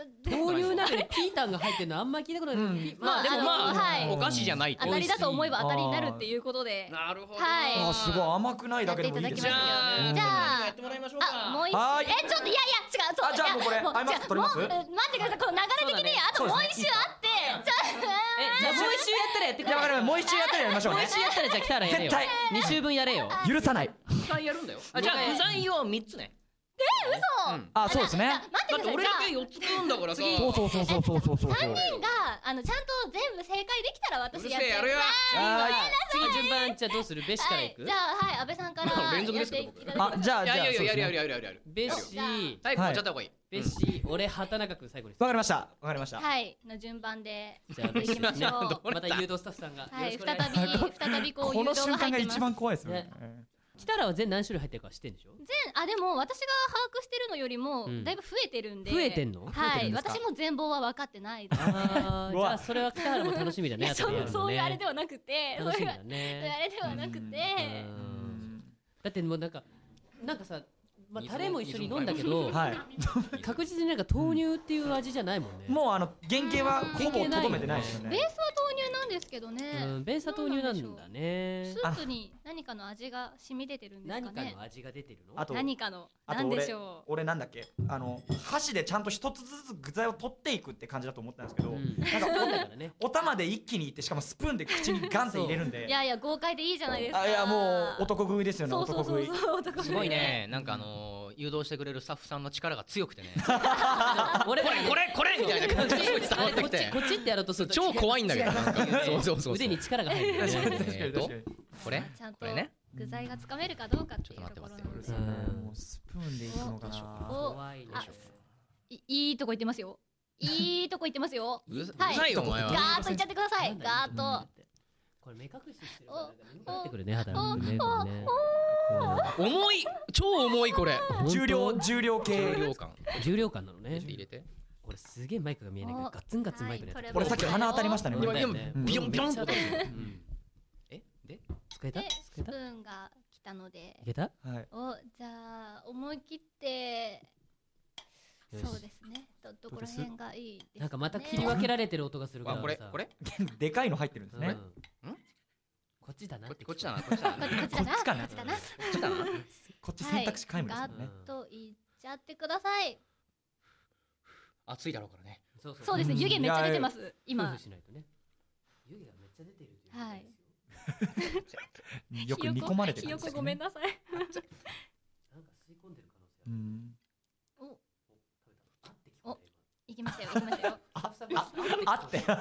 S8: うで
S1: こういう中でピータンが入ってるのあんまり聞いたことない、ピまあでも
S8: の
S1: まあ、
S8: はい
S1: お菓子じゃないと
S8: 当たりだと思えば当たりになるっていうことで
S1: なるほど
S8: はい
S7: あすごい甘くない
S8: や
S7: だ
S8: っ
S7: け
S8: て
S7: で
S8: い
S7: も
S8: た
S7: いい
S8: だき
S7: で
S8: ますすよ
S7: ね
S1: じゃあ
S8: じゃ
S1: や
S8: あ
S1: ってもらいましょうか
S8: あもう一
S7: は
S8: 周
S7: ーい
S8: えちょっといやいや違うそう
S7: あじゃあもうこれ
S8: いや
S7: アイマスク取ります
S8: もうう待ってくださいこの流れ的にあと
S7: そう
S8: も
S7: だ
S8: う
S7: ね
S8: 一周あってちょ
S1: えじゃあもう一周やったらやってく
S7: いやわかりましたもう一周やったらやりましょう
S1: もう
S7: ね
S1: 一周やったらじゃあ来たらやれよ
S7: 絶対
S1: 二周分やれよ
S7: 許さない
S1: 一回やるんだよあじゃあ具材を三つね
S8: 嘘
S7: あ *laughs* そうですね
S8: 待って
S1: だ
S8: く
S1: って俺
S8: ださいじ
S1: だ
S8: ゃあ
S1: け四つ食うんだからさ
S7: そうそうそうそうそうそうそう
S8: 三人があのちゃんと全部正解できたら
S1: う
S8: 私
S1: る
S8: やっ
S1: せ
S8: て
S1: えやるよ
S7: は
S1: 次順番じゃあどうするべしか
S8: は
S1: らい
S8: い
S1: く、
S8: じゃあはい安倍さんから
S1: もう連続
S8: や
S1: で
S8: っ
S1: すけ
S8: てい
S1: ど
S8: ただき
S7: あじゃあ
S9: い
S7: じゃ
S9: や
S7: あ
S9: いやい
S7: そう
S9: や
S7: ですね
S9: やるやるやるやるやる
S1: べし
S9: 体育もやっちゃった方がいい
S1: べし俺畑中君最後に
S7: わかりましたわかりました
S8: はいの順番で
S1: じゃあべし
S8: 行きましょう
S1: また誘導スタッフさんがよ
S8: は
S1: ろ
S8: い
S1: しくお
S8: 再
S1: 願いします
S8: び再びこう誘
S7: この
S8: 導
S7: 瞬
S8: が
S7: 間
S8: 入
S7: が
S8: ってま
S7: 一
S8: す
S7: 番怖いですよね
S1: ね来たらは全何種類入ってるか知ってんでしょ
S8: 全あでも私が把握してるのよりも
S1: うん
S8: だいぶ増えてるんで
S1: 増えてんの増え
S8: は
S1: てるん
S8: い
S1: ですか
S8: 私も全貌は分かってないです
S1: あー
S7: う
S1: じ
S7: わ
S1: ゃあそれは北原も楽しみだ
S8: い
S1: ね
S8: やそうそういうあれで
S1: は
S8: はなくてそう
S1: 楽し
S8: い
S1: み
S8: う
S1: だね
S8: あれではなくて
S1: うんだってもうなんかなんかさまあタレも一緒に飲んだけど
S7: はい
S1: 確実になんか豆乳っていう味じゃないもんね
S7: もうあの原型はほぼとどめてないですよ
S8: ベー
S7: ね
S8: スは豆乳なんですけど
S1: う
S8: ね
S1: んベースは豆乳なんだね
S8: スープに何かの味が染み出てるんですか
S1: 何か
S8: ね
S1: の味が出てるの
S7: あと
S8: 何かの
S7: あと
S8: 何
S7: 俺
S8: でしょ
S7: 俺なんだっけあの箸でちゃんと一つずつ具材を取っていくって感じだと思ったんですけど、
S1: うん
S7: なんか
S1: そうだからね
S7: お玉で一気にいってしかもスプーンで口にガンって入れるん
S8: う
S7: で
S8: いやいや豪快でいいじゃないですか
S7: あいやもう男食いですよね
S8: そうそ
S7: 男
S8: うそ
S7: 食
S8: う
S7: い
S8: そう男食
S2: すごいねなんかあのー誘導してくれるスタッフさんの力が強くてね
S1: 俺これ
S9: これこれみたいな
S8: *laughs*
S9: 感じで
S1: こ
S9: す
S1: っ
S9: ごい伝わって
S1: ち
S9: きて
S1: こっちってやろうとすると
S9: 超怖いんだけ
S2: *laughs*
S9: どなんかそうそうそう
S1: 腕に力が入るよ
S7: 確かに
S1: ね
S7: 確かに確かに
S2: これ
S8: ちゃんと
S2: これね
S8: 具材がつかめるかどうかっていうところなんで
S1: ちょっと待って待ってうん
S7: もうスプーンでいくのかな
S8: お
S1: 怖いね
S8: あいいいとこ行ってますよいいとこ行ってますよ
S9: うるさう
S8: は
S9: るさいよお前
S8: ガ
S9: は
S8: ーッと行っちゃってくださいガーッと
S1: これ目隠ししてるからなんか眠くなってくるね肌のね
S8: お
S1: これね
S9: 重い超重いこれ
S7: 重量重量
S9: 重
S7: 系
S9: 量感
S1: 重量感なのね
S9: 入れて
S1: 俺すげえマイクが見えないから
S8: お
S1: ガッツンガッツンマイクで
S8: はい
S7: 俺さっき鼻当たりましたね
S1: こ
S9: 今
S1: れだ
S9: 今
S1: よね
S9: ビヨンビヨンって
S1: う
S9: 音
S1: ん
S9: えで
S1: 使えた
S8: で
S1: 使
S8: ス
S1: え
S8: プ
S1: たい
S8: ーンが来たので
S1: けた
S7: はい
S8: おじゃあ思い切って
S1: よし
S8: そうですねどどこら辺がいいですか、ね、
S1: なんかまた切り分けられてる音がするか
S9: あ
S1: ら
S9: これ
S1: さ
S9: これ
S7: でかいの入ってるんです
S1: うん
S7: ね
S1: んこっちだな
S9: こ
S1: っ
S9: ってちこっちだなこっちだな
S8: こっちだ
S7: こ
S8: な
S7: っちか
S8: こ
S7: な
S8: っちだな
S9: こっちだな
S7: こっち選択肢皆無ですもん
S1: う
S7: ね
S1: ん
S8: と言っちゃってください
S9: 暑いだろうからね
S1: そうそう
S8: そうですね湯気めっちゃ出てます
S1: 夫
S8: 今
S1: 婦しないとね湯気がめっちゃ出てるってう
S8: はい
S7: よく煮込まれて
S8: ひ
S7: る
S8: よ
S7: んで
S8: こ
S7: す
S8: ご
S7: よ
S8: め
S7: ね
S8: んなさい *laughs*
S1: なんか吸い込んでる可能性ある
S7: うん
S8: お
S1: あって聞こ
S8: 行きましたよ行きましたよ
S1: えた今
S7: あって
S1: な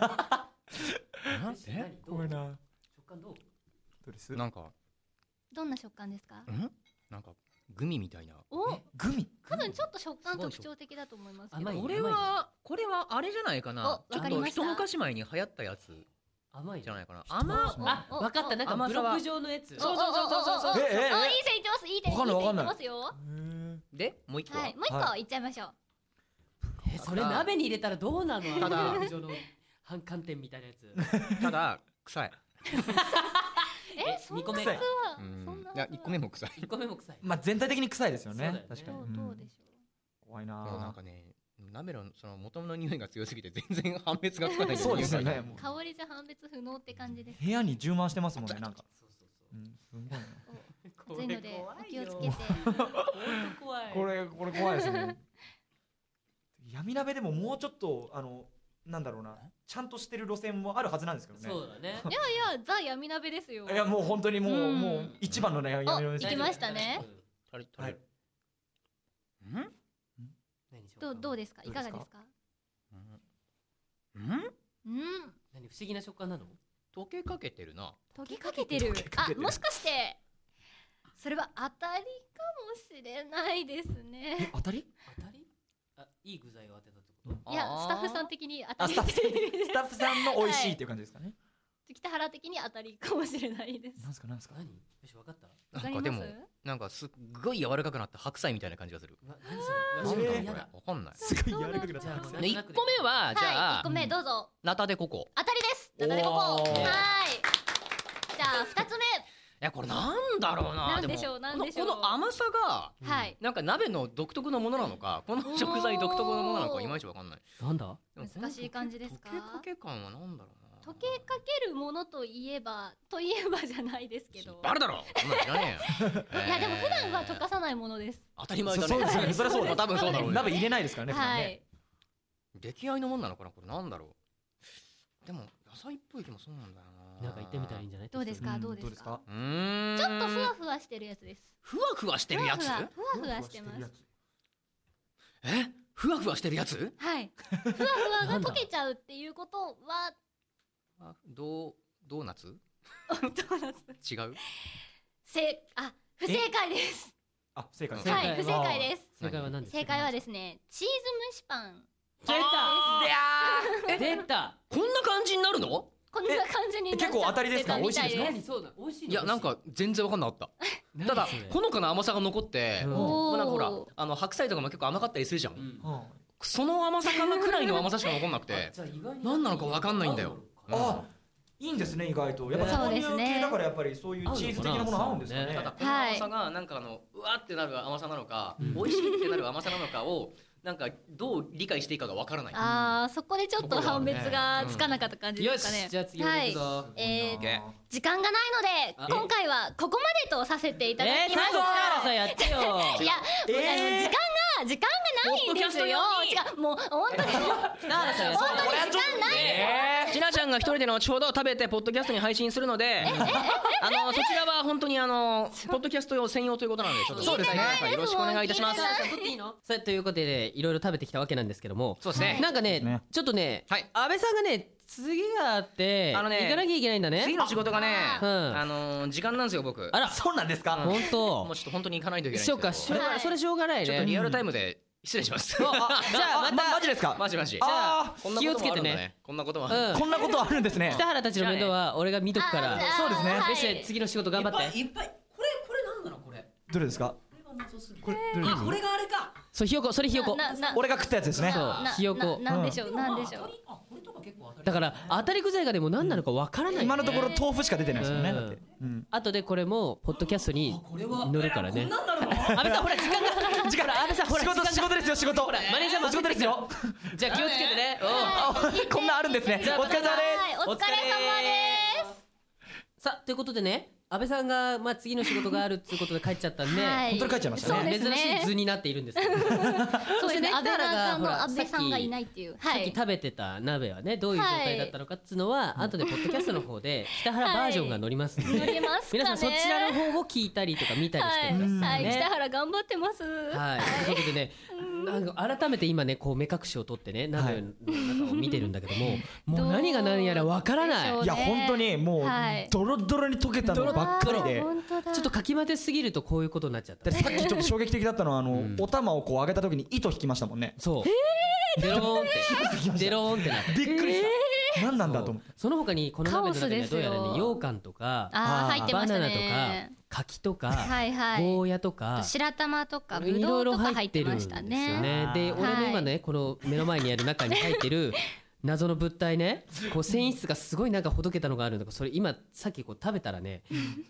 S1: ん
S9: え
S1: て
S7: ごめんな
S1: 食感どう
S7: ドレス
S2: なんか
S8: どんな食感ですか
S2: んなんかグミみたいな
S8: お
S7: グミ
S8: 多分ちょっと食感特徴的だと思いますけど
S1: 甘い
S2: 俺はこれはあれじゃないかな
S8: お
S2: ちょ
S8: わか
S2: っ
S8: り
S2: と
S8: ました
S2: 一昔前に流行ったやつ
S1: 甘い
S2: じゃないかな
S7: 甘
S1: あ、
S8: お
S1: わかったなんか
S2: 甘
S1: ブ
S2: さ
S1: ロ
S2: は
S1: ック状のやつ
S8: そうそうそうそうそう
S7: えええ
S8: あいい線いってますいい線いい
S7: わかんない
S8: 線いって
S7: わかんない
S8: ますよは
S2: でもう一個はい
S8: もう一個いっちゃいましょう
S1: えそれ鍋に入れたらどうなの
S2: ただ
S1: あのブロック状の反寒天みたいなやつ
S2: ただ臭い
S8: えそんな
S1: 二個目
S8: 普通は
S2: うん
S8: そんない
S2: や一個目も臭い
S1: 1個目も臭い
S7: まあ全体的に臭いですよ
S1: そうだよ
S7: ね
S1: ね
S7: 確かに
S8: どう
S7: うん
S8: どうでしょ
S7: 怖い
S2: もうなん
S7: な
S2: かね鍋のその元の匂いが強すぎて全然判別がつかない
S7: そうですよねも
S8: う
S7: う
S8: 香りじゃ判別不能って感じです
S7: 部屋に充満してますもんねなんか
S1: そうそうそ
S7: うんすごいな
S1: う
S8: 熱いのでお気をつけて
S1: 本当怖い
S7: これこれ怖いですね *laughs* 闇鍋でももうちょっとあのなんだろうなちゃんとしてる路線もあるはずなんですけどね
S1: そうだね
S8: いやいやザ闇鍋ですよ
S7: いやもう本当にもう、
S8: うん
S7: もう一番のね闇鍋です
S8: 行きましたね
S2: 足り
S7: はい
S1: 何しよ
S8: どうどう
S1: で
S8: ですかいかがですか
S2: うん
S8: うん
S1: 何不思議な食感なの
S2: 溶けかけてるな
S8: 溶けかけてるあもしかしてそれは当たりかもしれないですね
S7: 当たり
S1: 当たりあ、いい具材を当てたってこと
S8: いやスタッフさん
S2: ん
S8: 的に当た
S7: あ
S8: り
S7: ス
S8: *laughs* って
S7: タッフスタッフさんの美味しいっていう感じですかね、
S8: 北原的に当たりかもしれないです。
S7: なんすかなんすか
S1: 何よし分かった
S8: わ
S2: な
S8: か
S2: ん
S8: り
S2: か
S8: ます
S2: でもなんかすっごい柔らかくなった白菜みたいな感じがする
S1: うわ何そ
S2: なん
S1: れうわ
S2: だろうこれ
S1: 嫌だ
S2: わかんない
S7: すごい柔らかくなっ
S1: じゃあ
S7: た
S1: もう
S2: で
S1: なん
S2: 1
S1: となくで
S2: 個目はじゃ
S8: はい、
S2: あ
S8: 1個目どうぞ。
S2: ナタデココ
S8: 当たりです。ナタデココ。は
S2: おー
S8: ーい。じゃあ2つ目。
S2: いやこれなんだろうな
S8: なんでしょう
S2: も
S8: なんでしょう
S2: このこの甘さが
S8: はい。
S2: なんか鍋の独特のものなのかこの食材独特のものなのかいまいちわかんない
S1: なんだ
S2: でもこの
S8: 難しい感じですか
S2: 溶けかけ感はなんだろうな
S8: 溶けかけるものといえばといえばじゃないですけど。
S2: バレだろそんなの知ら
S8: *laughs*
S2: ねえよ
S8: いやでも普段は溶かさないものです。
S2: 当たり前だね
S7: そうそうですよねそりゃそうだ
S2: まあ多分そうだろうね
S7: 鍋入れないですからね。普段
S8: は
S7: ね
S8: い。
S2: 出来合いのもんなのかなこれなんだろうでも野菜っぽい気もそうなんだよな
S1: なんか言ってみたらいいんじゃない
S8: どうですか
S7: ん
S8: どうですか。
S2: うーん
S8: ちょっとふわふわしてるやつです。
S2: ふわふわしてるやつ
S8: ふわふわふわふわしてます。
S2: えふわふわしてるやつ
S8: はい。ふわふわが溶けちゃうっていうことは *laughs*
S2: あどうドーナツ
S8: どうなんですか。
S2: 違う
S8: せあ不正解です。
S7: あ、正解。
S1: え
S8: はい不正解です。
S1: 正解は何ですか
S8: 正解はですねチーズ蒸しパン
S1: 出た出た
S2: こんな感じになるの
S8: こんな感じになっちゃって
S7: 結構当たりですか
S8: みた
S7: 美味しいです
S1: 何そうだ美味しいの
S2: いやなんか全然わかんなか *laughs* ったただほのかな甘さが残って、
S1: うん
S2: まあ、なんかほら
S8: おー
S2: あの白菜とかも結構甘かったりするじゃん、
S1: うん
S7: うん
S2: その甘さかなくらいの甘さしか残んなく *laughs* て
S1: じゃあ意外に
S2: 何なのかわかんないんだよ
S7: あ、いいんですね意外と。やっぱ
S8: そう
S7: そうい
S8: で
S7: う
S8: すね
S7: 系だからやっぱりそういうチーズ的なもの合うんですか
S1: 合う
S7: ね
S1: の
S2: た
S1: かな
S2: だこの甘さがなんかあのうわってなる甘さなのか、美味しいってなる甘さなのかをなんかどう理解していいかがわからない。
S8: あーそこでちょっと判別がつかなかった感じで
S1: よ
S8: すかね、
S1: しじゃあ次は行くぞ
S8: はいえー、
S2: げ
S8: 時間がないの
S1: あ
S8: で今回はここまでとさせていただ
S1: えー
S8: きま
S1: 最
S8: し
S1: 後北原
S8: た、
S1: さんやってよ
S8: いや、もうあの時間が時間がないんですよ違うもう本当に
S1: 北原さんやってよ
S8: 本当に時間ない
S2: えー、ちなちゃんが一人での後ほど食べてポッドキャストに配信するの *laughs* で、あのそちらは本当にあのポッドキャスト用専用ということなのでちょっと
S8: そうですね
S2: よろしくお願いいたします。
S1: さあということでいろいろ食べてきたわけなんですけども
S2: そうですね
S1: なんかね
S7: ね
S1: ちょっとね
S2: はい
S1: 安倍さんがね次があって
S2: あのね
S1: 行かなきゃいけないんだね
S2: 次の仕事がね、
S1: うん
S2: あの時間なんですよ僕。
S1: あら
S7: そうなんですか。
S1: 本
S2: もう
S1: 当
S2: ちょっと本当に行かないといけないん
S1: そ
S2: で
S1: う
S2: すけど。
S1: かそれは
S8: はい
S1: それしょうがない
S2: ちょっとリ
S1: ね
S2: アルタイムで失礼します。 *laughs* じ
S1: あじゃあま
S7: ま
S1: た
S7: マジですか。
S2: マジマジ。
S7: あ
S2: こんなこともあるんだ
S1: 気をつけてね。
S2: こんなこともあるんだ
S1: うん
S7: こんなことあるんですね。
S1: 北原たちの面倒は俺が見とくから
S8: あじゃあ
S7: そうですね
S8: は
S1: よ
S8: い
S1: し次の仕事頑張って
S9: いっぱいこれこれなんなのこれ
S7: どれですか。これどれです
S9: これがあれか
S1: そうひよこそれひよこ
S8: なな
S7: 俺が食ったやつですね。
S1: そう
S8: な
S1: ひよこ
S8: ななんでしょうなんでしょ
S9: あ
S8: う
S9: あこれとか結構当たり
S1: だから当たりくざいがでも何なのかわからない
S7: 今のところ豆腐しか出てないですよね。
S1: うん
S7: だってうん
S1: 後でこれもポッドキャストに
S9: これは
S1: 乗るからね
S9: こんなんなの
S1: 安倍さんほら時間が時間ほら安倍さんほら時
S7: 仕
S1: 間
S7: 事
S1: が
S7: 仕事ですよ仕事。
S1: マネージャーも
S7: お仕事ですよ。
S1: じゃあ気をつけてねうん
S7: あこんなあるんですね。お疲れ様です。
S8: はいお疲れ様です
S1: さあということでね安倍さんがまあ次の仕事があるっていうことで帰っちゃったんで、
S8: はい
S7: 本当に帰っちゃいましたね
S8: そうです
S1: 珍しい図
S8: ね
S1: になっているんですけどそ
S8: そうですね安倍さん
S1: ほ
S8: の
S1: ら
S8: 安倍さんがいないっていうは
S1: さっ
S8: い
S1: き食べてた鍋はねどういう状態だったのかっつうのは、後でポッドキャストの方で北原バージョンが乗りますので、
S8: 乗りますかね
S1: 皆さんそちらの方を聞いたりとか見たりしてくだ
S8: は
S1: さ
S8: い、
S1: い
S8: はい、
S1: ね
S8: 北。原頑張ってます。
S1: はい、ということでね、なんか改めて今ね、こう目隠しを取ってね、鍋の中を見てるんだけども、
S8: *laughs*
S1: もう何が何やらわからない。
S8: どう
S1: ち
S7: いや
S8: ね
S7: 本当にもう
S8: はい
S7: ドロドロに溶けたのばっかりで。
S8: 本当だ。
S1: ょっとかき混ぜすぎるとこういうことになっちゃった
S7: で。さっきちょっと衝撃的だったのはあの、お玉をこう上げた時に糸引きましたもんね。
S1: そう。デローンって、
S7: *laughs*
S1: デローンってなった。
S7: びっくりした。何なんだと思って。
S1: その他にこの鍋の中にはどうやら
S8: カオ
S1: ね
S8: スですよ
S1: 羊羹とか
S7: あ
S8: ああ
S7: ー
S8: 入ってま
S1: バ
S8: した
S1: ナナと
S8: ね。
S1: か柿とか
S8: はいはい
S1: ゴーヤとか
S8: 白玉とかブ
S1: いろ
S8: ド
S1: い
S8: ウ
S1: ろ
S8: とか
S1: 入
S8: 入
S1: っ
S8: ってて
S1: るん
S8: ま
S1: で
S8: し
S1: す
S8: た
S1: よ
S8: ね。
S1: ね。で俺の今
S8: は
S1: ねこの目の前にある中に入って
S8: *laughs*
S1: る謎の物体ねこう繊維質がすごいなんかほどけたのがあるんだけどそれ今さっきこう食べたらね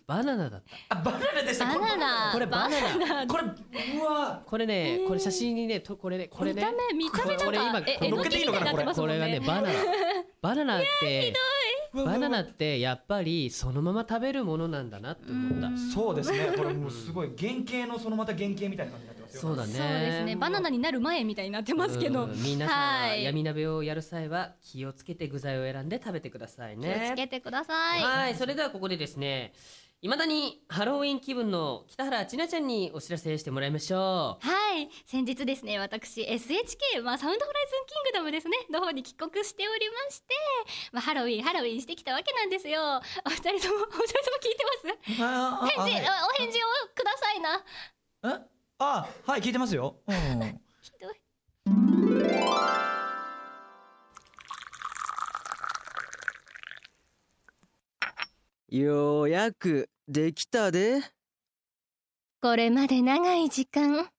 S1: バナナだった
S7: あバナナでした。
S8: バナナ。
S1: これバナナ
S7: これうわ
S1: これねこれ写真にねとこれねこれ
S8: 見
S1: ね
S8: た目見た目
S1: これ
S8: な
S1: 今
S8: んかえ
S1: こ
S8: え
S1: の
S8: のきみたいになってます
S1: こ
S8: もん
S1: れがね
S8: ね。
S1: バ
S8: *laughs*
S1: ナナバナナってバナナってやっぱりそのまま食べるものなんだなって思った
S7: そうですね。これもうすごい原型のそのまた原型みたいな感じになってますよ。
S1: そうだね
S8: そうですね。バナナになる前みたいになってますけど。
S1: うん皆さんは
S8: はい
S1: 闇鍋をやる際は気をつけて具材を選んで食べてください
S8: 気を
S1: ね
S8: つけてください。
S1: はいそれではここでですねいまだにハロウィン気分の北原千奈ちゃんにお知らせしてもらいましょう
S8: はい先日ですね私 SHK、まあ、サウンドホライズンキングダムですねの方に帰国しておりまして、まあ、ハロウィンハロウィンしてきたわけなんですよお二人ともお二人とも聞いてます
S7: あー。
S8: *laughs* 返事、
S7: あ
S8: あお返事をくださいな
S7: はいえあはい聞いてますよ。うん。
S8: ひどい
S10: ようやくできたで
S11: これまで長い時間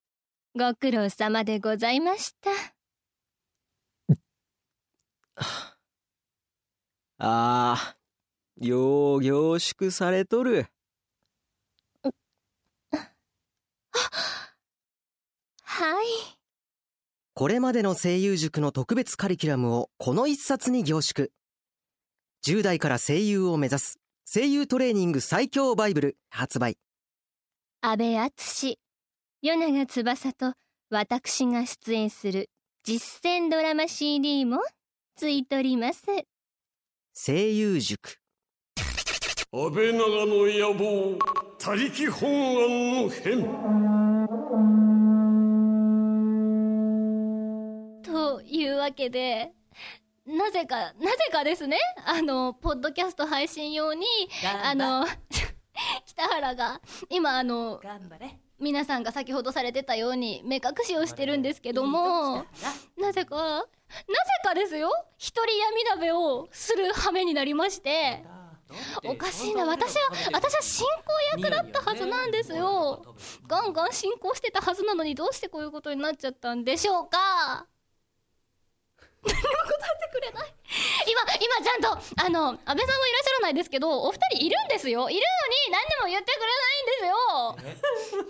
S11: ご苦労様でございました
S10: ああよう凝縮されとる
S11: はい
S10: これまでの声優塾の特別カリキュラムをこの一冊に凝縮10代から声優を目指す声優トレーニング最強バイブル発売
S11: 阿部淳与永翼と私が出演する実践ドラマ CD もついとります
S10: 声優塾
S4: 安倍長の野望他力本願の変
S8: というわけでなぜかなぜかですねあのポッドキャスト配信用にあの *laughs* 北原が今あの皆さんが先ほどされてたように目隠しをしてるんですけどもなぜかなぜかですよ一人闇鍋をする羽目になりましておかしいな私は私は進行役だったはずなんですよガンガン進行してたはずなのにどうしてこういうことになっちゃったんでしょうか何も答えてくれない今今ちゃんとあの安倍さんもいらっしゃらないですけどお二人いるんですよいるのに何でも言って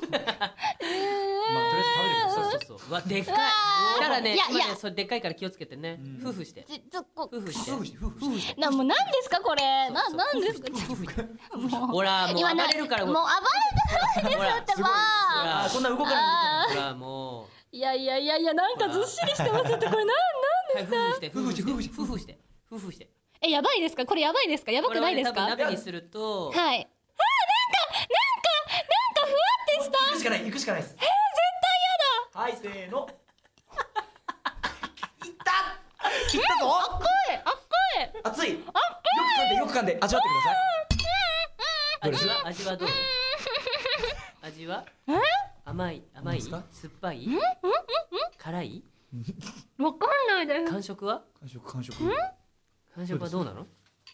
S8: くれないんですよ
S1: まあとりあえず食べてくださいそうそうそうわでっかい
S8: わー
S1: ただね
S8: いやいや
S1: 今ねそれでっかいから気をつけてね夫婦して
S8: ずっこ
S1: 夫婦して夫婦して
S8: なもう何ですかこれな何で
S1: *laughs*
S8: すか
S1: ほらもう
S8: 今
S1: 暴
S8: な
S1: れるから
S8: もう暴れてないですよってば
S1: あこんな動かないほらも
S8: いやいやいやいやなんかずっしりしてますってこれなん
S1: うはい夫婦して夫婦して夫婦して夫婦して
S8: えやばいですかこれやばいですかやば
S1: これ
S8: く
S1: は
S8: ない
S1: ね
S8: です
S1: 多
S8: か
S1: 分
S8: はいあ
S1: 鍋
S8: ーなん
S1: に
S8: か
S1: すると
S8: なんかなんかふわってした
S7: 行くしかない行くしかないです
S8: えー、絶対やだ
S7: はいせー *laughs* の
S8: 切ったぞあっこいあっこい
S7: 熱いよ
S8: あっ
S7: く噛んでよく噛んで味わってくだ
S1: 味
S7: さい
S1: は味
S8: *laughs*
S1: はどう味は甘い甘い酸っぱい辛い
S8: わかんないです
S1: 感触は
S7: 完食完食
S1: 感触はどうなの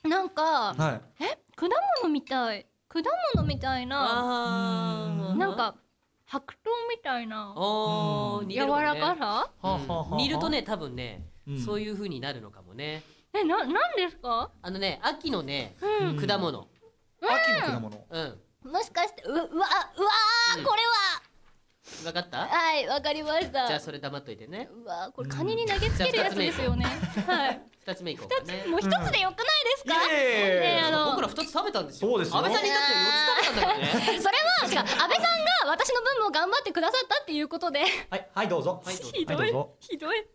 S8: なんか
S7: はい
S8: え果物みたい果物みたいななんか白桃みたいな
S1: おー似て
S8: 柔
S1: るもんね
S8: らかさ
S1: うん煮るとね多分ねそういう風になるのかもね
S8: えななんですか
S1: あのね秋のね果物
S8: 秋
S1: の果物うん
S8: もしかしてううわうわー
S1: うん
S8: これ
S1: 分かっ
S8: は
S1: た
S8: はいわかりました
S1: じゃあそれ黙っといてね
S8: うわーこれカニに投げつけるやつですよねはい
S1: 二つ目いこうかね
S8: もう一つでよくないですか
S1: うんいえいえいえ
S8: ねあの
S1: 僕ら二つ食べたんですよ
S7: そうですよ
S1: 安倍さんにだって四つ食
S8: *laughs*
S1: べたんだからね
S8: それは違う安倍さんが私の分も頑張ってくださったっていうことで
S7: はいはいどうぞはい
S8: ひどいひどい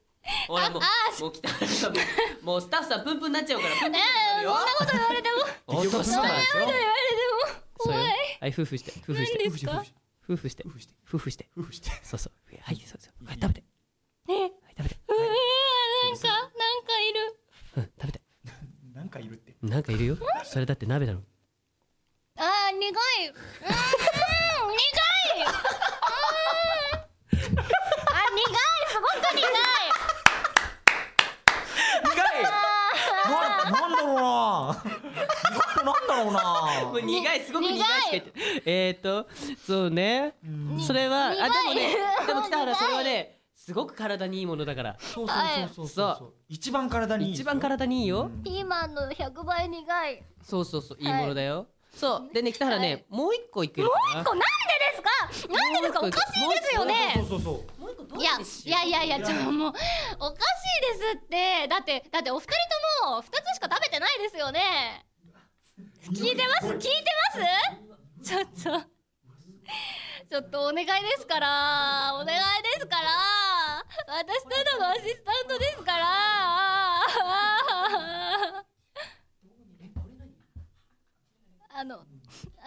S1: ほらもうもう北原さんももうスタッフさんプンプンになっちゃうからプンプン
S8: えー、そんなこと言われても
S1: 本当
S8: そんなこと言われても怖い
S1: はい夫婦して夫婦して
S8: 何ですか
S1: 夫婦して夫婦して夫婦して夫婦してそうそうはいそうそうはい食べて
S8: ねえうーなんかなんかいる
S1: うん食べて
S7: なんかいるって
S1: なんかいるよそれだって鍋だろ
S8: あー苦いうーん苦いうーんあ苦いすごく苦い
S7: 苦いななんだろうな苦いなんだろうな
S1: 苦いすごく苦いしか言ってえっとそうねそれはあで
S7: 苦い
S1: もねでも北原それはねすごく体にいいものだからそう
S7: そうそうそうそう一番体にいい
S1: 一番体にいいよ
S8: ピーマンの100倍苦い
S1: そうそうそういいものだよそうでね北原ねもう一個いく
S8: もう
S1: よ
S8: 一個なんでですかなんでですかおかしいですよね
S7: そうそうそう
S8: いやいやいやいやちょっともうおかしいですってだってだってお二人とも二つしか食べてないですよね聞いてます聞いてますちょっとちょっとお願いですからお願いですから私ただのアシスタントですからあのあ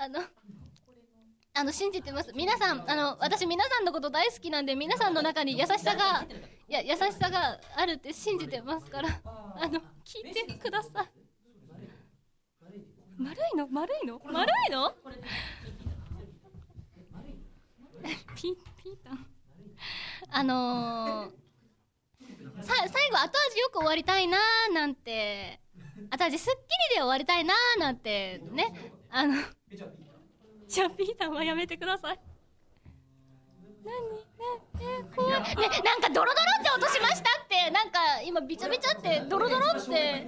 S8: のあの信じてます皆さんあの私皆さんのこと大好きなんで皆さんの中に優しさがいや優しさがあるって信じてますからあの聞いてください丸いの丸いの丸いの *laughs* ピピータンあのー、さ最後後味よく終わりたいなーなんて後味すっきりで終わりたいなーなんてねあのチャピータンはやめてください何ねえ怖いねなんかドロドロって音しましたってなんか今ビチャビチャってドロドロって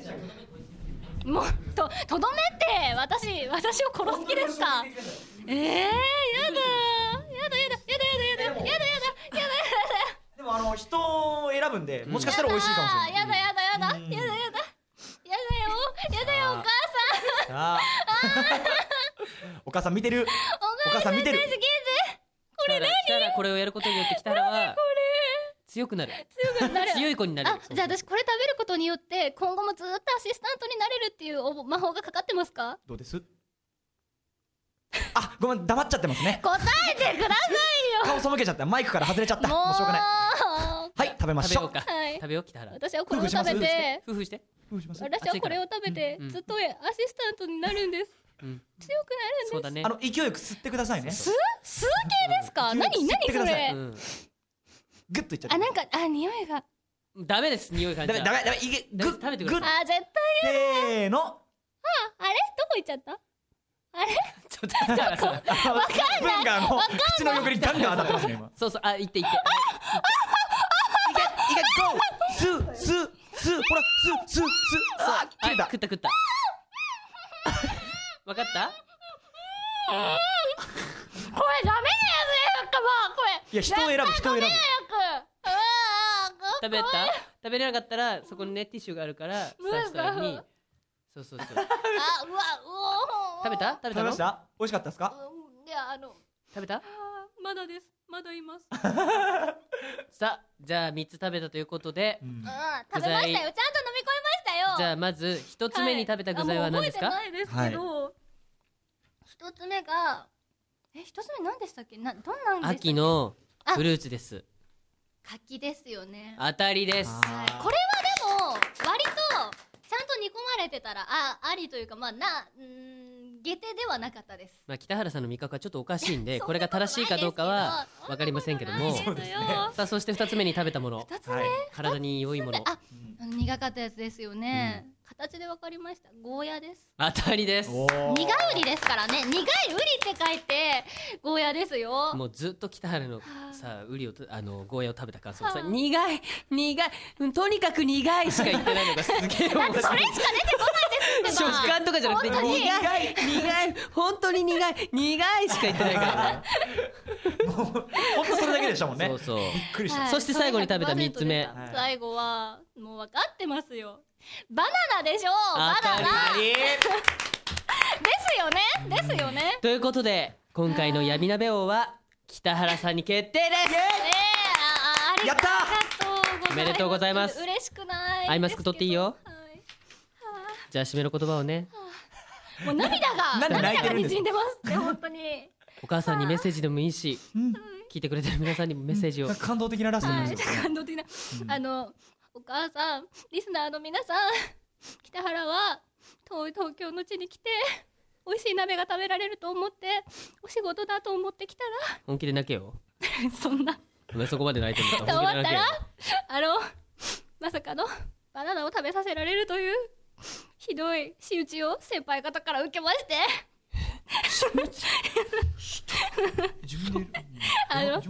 S8: もうととどめって私私を殺す気ですかええー、やだやだやだやだやだやだやだやだやだやだ
S7: でもあの人を選ぶんでもしかしたら美味しいかもしれない
S8: やだやだやだやだやだやだやだよお母さん
S7: さあ *laughs* お母さん見てるお母さん見てる
S8: これ何
S1: たらこれをやることによって北原は強くなる
S8: 強くなる *laughs*
S1: 強い子になれる
S8: あじゃあ私これ食べることによって今後もずっとアシスタントになれるっていうお魔法がかかってますか
S7: どうですあごめん黙っちゃってますね
S8: 答えて
S7: *laughs*
S8: ください
S7: 顔
S8: よ
S7: 背けちゃったマイクから外れちゃったもうしょうがないはい食べましょう
S1: 食
S8: はい
S1: 食べよう北原
S8: 私はこれを食べて
S1: 夫婦して
S8: 私はこれを食べてずっとアシスタントになるんです
S1: うん
S8: 強くなるんです
S7: あの勢いよく吸ってくださいね
S8: すす系ですか何
S7: 吸っ
S8: 何
S7: てく
S8: そ
S7: ださい
S8: れ
S7: うんグッといっちゃって
S8: あなんかあ匂いが
S1: ダメです匂い感じ
S7: ダメダメダメいけグッ
S1: 食べて
S8: あ
S1: ください
S8: ー絶対やだ
S7: せーの
S8: ああれどこ行っちゃったあれ
S1: ちょっと北原さん
S7: わ
S8: かんない
S7: 文がもう
S8: わかんない
S7: 口の横にガンガン当たってますね今
S1: そうそうあ行って行って
S7: いけいけゴースースースーほらスースースーあー切れた
S1: 食った食ったわかった
S8: これダメなやつやっかもうこれ
S1: いや人を選ぶ
S8: 絶
S1: 人
S8: 対
S1: を選ぶ
S8: ダメなやつうわ
S1: 食
S8: ー
S1: べた食べれなかったらそこにねティッシュがあるからス
S8: うん
S1: タッフさんにそうそうそう
S8: あうわうおー
S1: 食べた食べたの
S7: 食べました美味しかったですか
S8: いやあの
S1: 食べた
S8: あーまだですまだい *laughs* ます
S1: さあじゃあ3つ食べたということで
S8: うん食べましたよちゃんと飲み込みましたよ
S1: じゃあまず一つ目に食べた具材は何ですか
S8: あもう覚えてないですけど一つ目がえ一つ目何でしたっけなどんなんでしたっけ
S1: 秋のフルーツです
S8: 柿ですよね
S1: 当たりです
S8: これはでも割とちゃんと煮込まれてたらあありというかまあなうーん下手ではなかったです
S1: まあ北原さんの味覚はちょっとおかしいんでこれが正しいかどうかはわかりませんけども
S8: そうですね
S1: さあそして二つ目に食べたもの
S8: 二つ目
S1: はい体に良いもの
S8: ああの苦かったやつですよね、形でわかりましたゴーヤです
S1: 当たりです
S8: 苦ウリですからね苦いウリって書いてゴーヤですよ
S1: もうずっと北原のさウリをとあのゴーヤを食べた感想
S8: はあ
S1: さ苦い苦いうんとにかく苦いしか言ってないのがすげえ面白い
S8: だってそれしか出てこないですってば
S1: 食感とかじゃなくて
S8: 本当
S1: 苦
S8: に
S1: い苦い本当に苦い苦いしか言ってないからね
S7: ほんとそれだけでしたもんね
S1: そうそうびっ
S7: くり
S8: はい
S1: そして最後に食べた3つ目
S8: 100%です最後はもう分かってますよバナナでしょバ
S1: 当
S8: ナ
S1: たり
S8: ナですよねですよね
S1: ということで今回の闇鍋王は北原さんに決定です
S8: えー、あありがとうございます
S1: おめでとうございます
S8: 嬉しくない
S1: アイマスク取っていいよじゃあ締めの言葉をね
S8: もう涙が
S1: なんで泣い
S8: 涙
S1: て
S8: が
S1: るんです
S8: 滲んでますって本当に
S1: お母さんにメッセージでもいいし聞いてくれてる皆さんにもメッセージを
S7: 感動的なラスト
S8: はい感動的な、あのお母さんリスナーの皆さん北原は遠い東京の地に来て美味しい鍋が食べられると思ってお仕事だと思って来たら
S1: 本気で泣けよ
S8: *laughs* そんな
S1: お前そこまで泣いてるん
S8: *laughs*
S1: だ
S8: と
S1: ら
S8: 思
S1: 本
S8: っ
S1: 気で泣
S8: た
S1: け
S8: ら
S1: よ
S8: あのまさかのバナナを食べさせられるというひどい仕打ちを先輩方から受けましてあの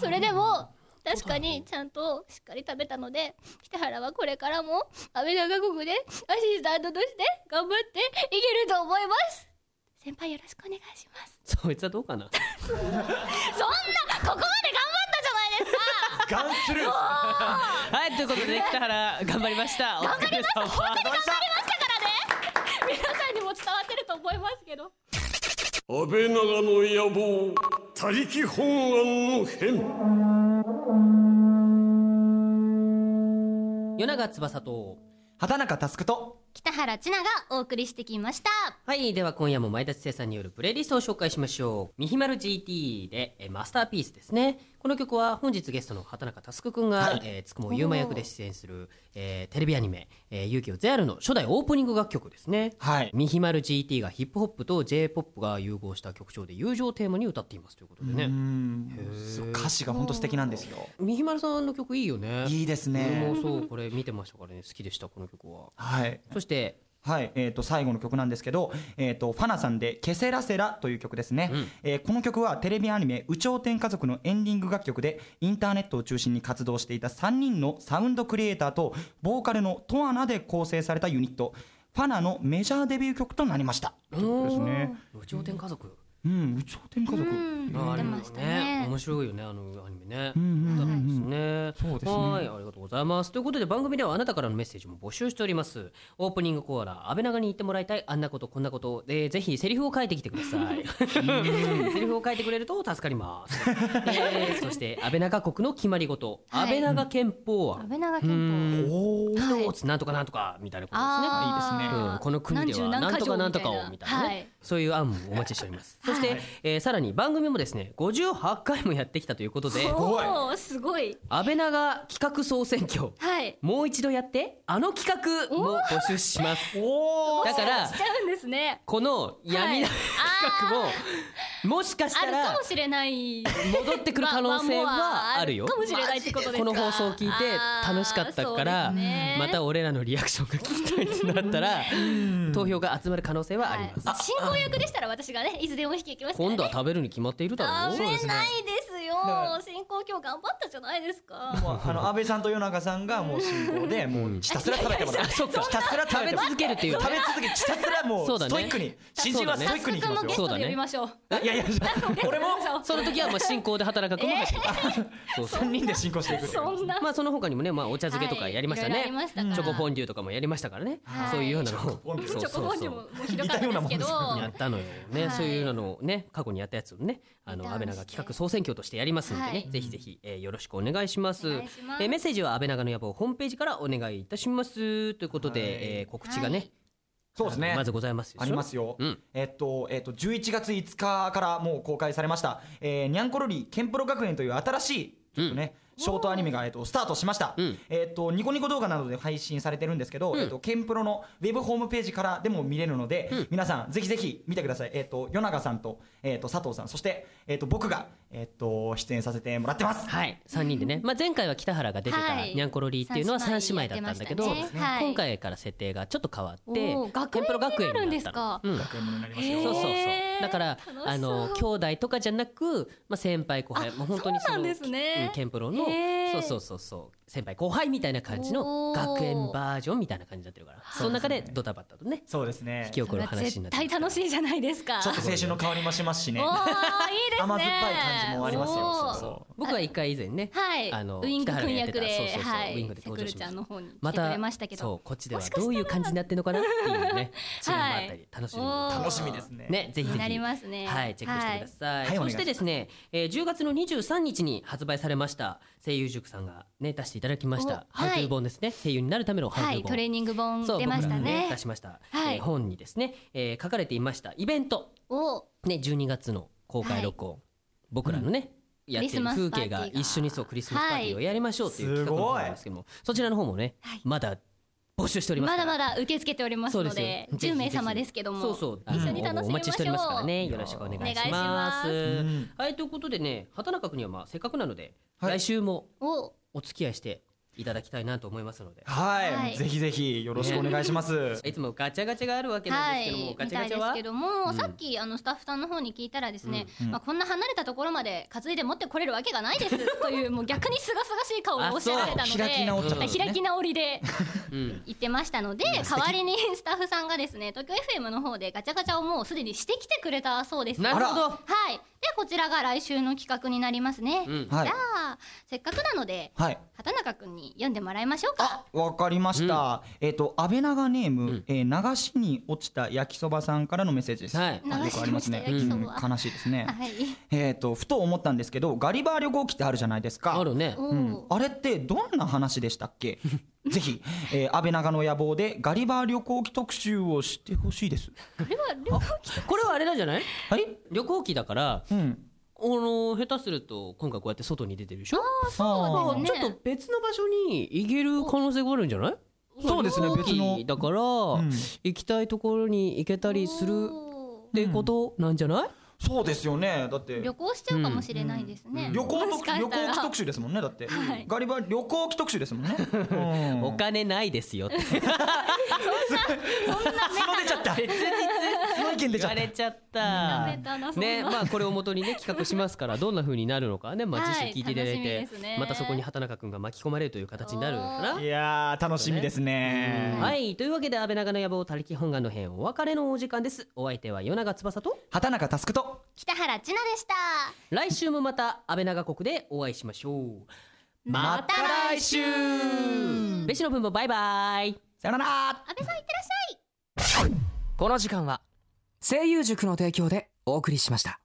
S8: それでも確かにちゃんとしっかり食べたので北原はこれからもアメリカ国でアシスタントとして頑張っていけると思います先輩よろしくお願いします
S1: そいつはどうかな
S8: そんなここまで頑張ったじゃないですか
S1: ガンスルーはいということで北原頑張りましたお疲れ様
S8: 皆さんにも伝わってると思いますけど
S4: 安倍長の野望他力本願の変
S1: 夜長翼と
S7: 畑中佑と
S8: 北原千奈がお送りしてきました
S1: はいでは今夜も前田千世さんによるプレイリストを紹介しましょう「みひまる GT で」えマスターピースですねこの曲は本日ゲストの畑中佑くんが、えーつくもゆうま役で出演する、えーテレビアニメ「えー勇気をゼアル」の初代オープニング楽曲ですね
S7: はい
S1: みひまる GT がヒップホップと j p o p が融合した曲調で友情をテーマに歌っていますということでね
S7: そう歌詞が本当素敵なんですよ
S1: みひまるさんの曲いいよね
S7: いいですね
S1: 僕もそうこれ見てましたからね好きでしたこの曲は
S7: はい
S1: そして
S7: はい、えー、と最後の曲なんですけど、えー、とファナさんで「ケセラセラ」という曲ですね、えーこの曲はテレビアニメ「有頂天家族」のエンディング楽曲でインターネットを中心に活動していた3人のサウンドクリエイターとボーカルのトアナで構成されたユニットファナのメジャーデビュー曲となりましたということですね
S1: 有頂天家族
S7: うん有頂天家族
S1: あれ
S7: うん
S1: もね面白いよねあのアニメね。
S7: うんうんうん
S1: ね
S7: そうですね
S1: はいありがとうございますということで番組ではあなたからのメッセージも募集しておりますオープニングコーナー安倍長に言ってもらいたいあんなことこんなことで、えーぜひセリフを書いてきてください *laughs* セリフを書いてくれると助かります、えーそして安倍長国の決まり事、
S8: はい
S1: 安倍長憲法案
S8: 安倍長憲
S1: 憲法一つなんとかなんとかみたいなことですね
S8: あーいいですね
S1: うんこの国では
S8: 何十
S1: なん
S8: 何箇
S1: と
S8: 条
S1: かなんとかをみ
S8: み
S1: た
S8: た
S1: い
S8: い
S1: な
S8: な
S1: ね、
S8: はい
S1: そういう案もお待ちしておりますそして、
S8: はい
S1: えーさらに番組もですね58回もやってきたということで
S8: おーすごい
S1: 安倍長企画総選挙
S8: はい
S1: もう一度やってあの企画も募集しますだから
S8: しちゃうんですね
S1: この闇の企画も、もしかし
S8: あ
S1: た
S8: る
S1: ら
S8: かもしれない
S1: 戻ってくる可能性はあるよ
S8: まあまあもうあるかもしれないってことです
S1: こ
S8: か
S1: の放送を聞いて楽しかったから、
S8: あーそうですね
S1: また俺らのリアクションが聞きたいってなったら投票が集まる可能性はあります、
S8: 進行役でしたら私がねいつでも引き行きますから
S1: 今
S8: ね
S1: 度は食べるに決まっているだろう
S8: 食べないですよ
S7: だから
S8: 進行今日頑張ったじゃないですか
S7: もうあの安倍さんと与永さんがもう進行でもうひたすら食べてもら
S1: *laughs*
S7: う
S1: あそっか
S7: ひたすら食べてもら
S1: 食べ続けるっていう
S7: 食べ続けひたすらも
S1: そう
S7: う
S1: だね
S7: ストイックに新人はストイックにいきますよ
S1: そうだね
S8: 呼びま
S1: *laughs*
S8: しょう
S7: いやいや俺も
S1: その時はまあ進行で働くも入ってくる、そうそう
S7: 3人で進行していくっていう
S8: そん
S1: *laughs*
S8: な
S1: まあその他にもね、まあお茶漬けとかやりましたね。
S8: はいいろいろありましたから
S1: チョコフォンデュとかもやりましたからね。
S8: はい
S1: そういうようなのを、
S8: チ
S1: そう
S8: ョコ
S1: そう
S8: ボンジ
S1: そ
S8: ュも
S1: う
S8: もうひどかったですけど
S1: やったのよね、
S8: はい
S1: そういうようなのをね過去にやったやつをねあの
S8: ダンスで
S1: 安倍長企画総選挙としてやりますのでね、
S8: はい
S1: ぜひぜひ、えーよろしくお願いします
S8: お願いします
S1: えーメッセージは安倍長の野望ホームページからお願いいたしますということで、えー告知がね、
S7: そうですね
S1: あのまずございますでしょ
S7: ありますよ、
S1: うん
S7: えっと、えっと、11月5日からもう公開されました、えー、ニャンコロリケンプロ学園という新しい、ちょっとね、ショートアニメが、えっと、スタートしました、えっと、ニコニコ動画などで配信されてるんですけど、えっと、ケンプロのウェブホームページからでも見れるので、皆さん、ぜひぜひ見てください。えっと、与永さんと、えっと、佐藤さん、そして、えっと、僕が、えっと、出演させてもらってます。
S1: はい、3人でね、まあ、前回は北原が出てた
S8: はい
S1: ニャンコロリーっていうのは
S8: 三
S1: 3
S8: 姉
S1: 姉
S8: 妹
S1: 妹だったんだけ
S8: や
S1: ど、
S8: ってましたねはい
S1: 今回から設定がちょっと変わって
S8: おー学園
S1: 天ぷら
S8: になるんです
S1: 学
S8: か
S1: 園になったのうんそうそうそうだから
S8: 楽しそう
S1: あの兄弟とかじゃなく、まあ、先輩後輩もう本当にその
S8: そうなんですね
S1: うんケンプロの
S8: へー
S1: そうそうそうそう先輩後輩みたいな感じの学園バージョンみたいな感じになってるからその中でドタバタとね
S7: そうですね
S1: 引き起こる話にな
S8: 絶
S1: ってる
S8: 対楽しいじゃないですか
S7: ちょっと青春の香りもしますしね。
S8: おーいいですね
S7: 甘酸っぱい感じもありますよ。
S8: お
S7: そ
S8: ー
S7: うそう。
S1: 僕は一回以前ね、
S8: はい
S1: あの
S8: ウイン
S1: 北
S8: グ
S1: 原が
S8: 君
S1: やってた
S8: 役で
S1: そうそうそう
S8: はい
S1: ウイングで登場し
S8: セク
S1: まし
S8: ルちゃんの
S1: た
S8: 方に来て
S1: ま
S8: くれ
S1: た
S8: ましたけど
S1: そうこっちではどういう感じになってるのかなって
S8: *laughs*
S1: いうね違いもあったり楽しみ
S8: おー
S7: 楽しみですね
S1: ねぜひぜひ
S8: なりますね
S1: はいチェックしてください、
S7: は
S1: そ
S7: い
S1: してですね、えー、10月の23日に発売されました声優塾さんがね出していただきました
S8: お
S1: ハウト
S8: は
S1: ゥ
S8: い
S1: ー本ですね、声優になるためのハウト
S8: は
S1: ゥー
S8: い
S1: 本、
S8: トレーニング本
S1: そう
S8: 出ました
S1: 僕らが
S8: ね
S1: 出しました、
S8: はい
S1: えー本にですね、えー書かれていましたイベント
S8: お
S1: ね12月の公開録音、僕らのね、やってる風景が一緒にそうクリスマスパーティーをやりましょうという企画の方なんですけども、そちらの方もね、まだ募集しております
S8: ま
S1: か
S8: だ
S1: ら
S8: まだ受け付けておりますの
S1: そうで
S8: です
S1: よ
S8: 10名様ですけども
S1: そうそう
S8: 一緒に楽しみ
S1: お
S8: ま
S1: 待ちしてお
S8: し
S1: り
S8: ょ
S1: ますから
S8: う
S1: ねよろしくお願いします
S8: お願
S1: はいということでね畑中君にはまあせっかくなので、来週も
S8: お
S1: お付き合いしていただきたいなと思いますので
S7: はい、
S8: はい
S7: ぜひぜひよろしくお願いします。
S1: いつもガチャガチャがあるわけなん
S8: は
S1: ですけ
S8: い
S1: ども、、ガ
S8: み
S1: チャ
S8: た
S1: ガ
S8: い
S1: チ
S8: で
S1: ャ
S8: す
S1: は
S8: けども、
S1: うん
S8: さっきあのスタッフさんの方に聞いたらですね、
S1: うんうん
S8: まあ、こんな離れたところまで担いで持ってこれるわけがないですというもう逆に清々しい顔をおっしゃられたので
S7: あそう開き直っちゃったんですね
S8: 開き直りで
S1: うん
S8: 言ってましたので、代わりにスタッフさんがですね東京 FM の方でガチャガチャをもうすでにしてきてくれたそうです
S1: なるほどあら
S8: はい、でこちらが来週の企画になりますね、
S1: うん
S8: じゃ
S7: は
S8: あ
S7: い
S8: せっかくなので
S7: はい。
S8: 畑中君に読んでもらいましょうか
S7: わかりました。えっ、と安倍長ネーム、えー流しに落ちた焼きそばさんからのメッセージです。
S1: はい
S7: あよくありますね。
S8: 流しに落ちた焼きそば
S7: うん悲しいですね。
S8: はい
S7: えっとふと思ったんですけどガリバー旅行記ってあるじゃないですか
S1: あるね
S7: うん、あれってどんな話でしたっ
S1: *laughs*
S7: けぜひ、えー、安倍長の野望でガリバー旅行記特集をしてほしいです
S1: これはあれなんじゃない
S7: はい
S1: 旅行機だから、あの下手すると今回こうやって外に出てるでしょあ
S7: そう
S8: ですね
S1: ちょっと別の場所に行ける可能性があるんじゃない
S7: そうですね
S1: 旅行機
S7: 別の
S1: だから、行きたいところに行けたりするってことなんじゃない、
S7: そうですよねだって
S8: 旅行しちゃうかもしれないですね、
S7: 旅行
S8: もし
S7: 特
S8: かし
S7: 旅
S8: たら
S7: 行記特集ですもんねだって、ガリバ旅行記特集ですもんね *laughs*
S1: お金ないですよって
S8: そんな
S7: 素の出ちゃった
S1: 切
S7: 素の意見出ちゃっ
S1: 言わ
S7: た
S1: れちゃった
S8: うんダメだなそんな
S1: ねまあこれを元にね企画します *laughs* からどんな風になるのかねまあ
S8: はい
S1: 実習聞いていただい
S8: 楽しみで
S1: て
S8: すね
S1: またそこに畑中くんが巻き込まれるという形になるのかない
S7: やー楽しみですね
S1: はいというわけで安倍長の野望他力本願の編お別れのお時間ですお相手は夜長翼と
S7: 畑中佑と
S8: 北原千奈でした
S1: 来週もまた安倍長国でお会いしましょう
S8: また来週
S1: べしの分もバイバイ
S7: さよなら
S8: 安倍さんいってらっしゃい
S6: この時間は声優塾の提供でお送りしました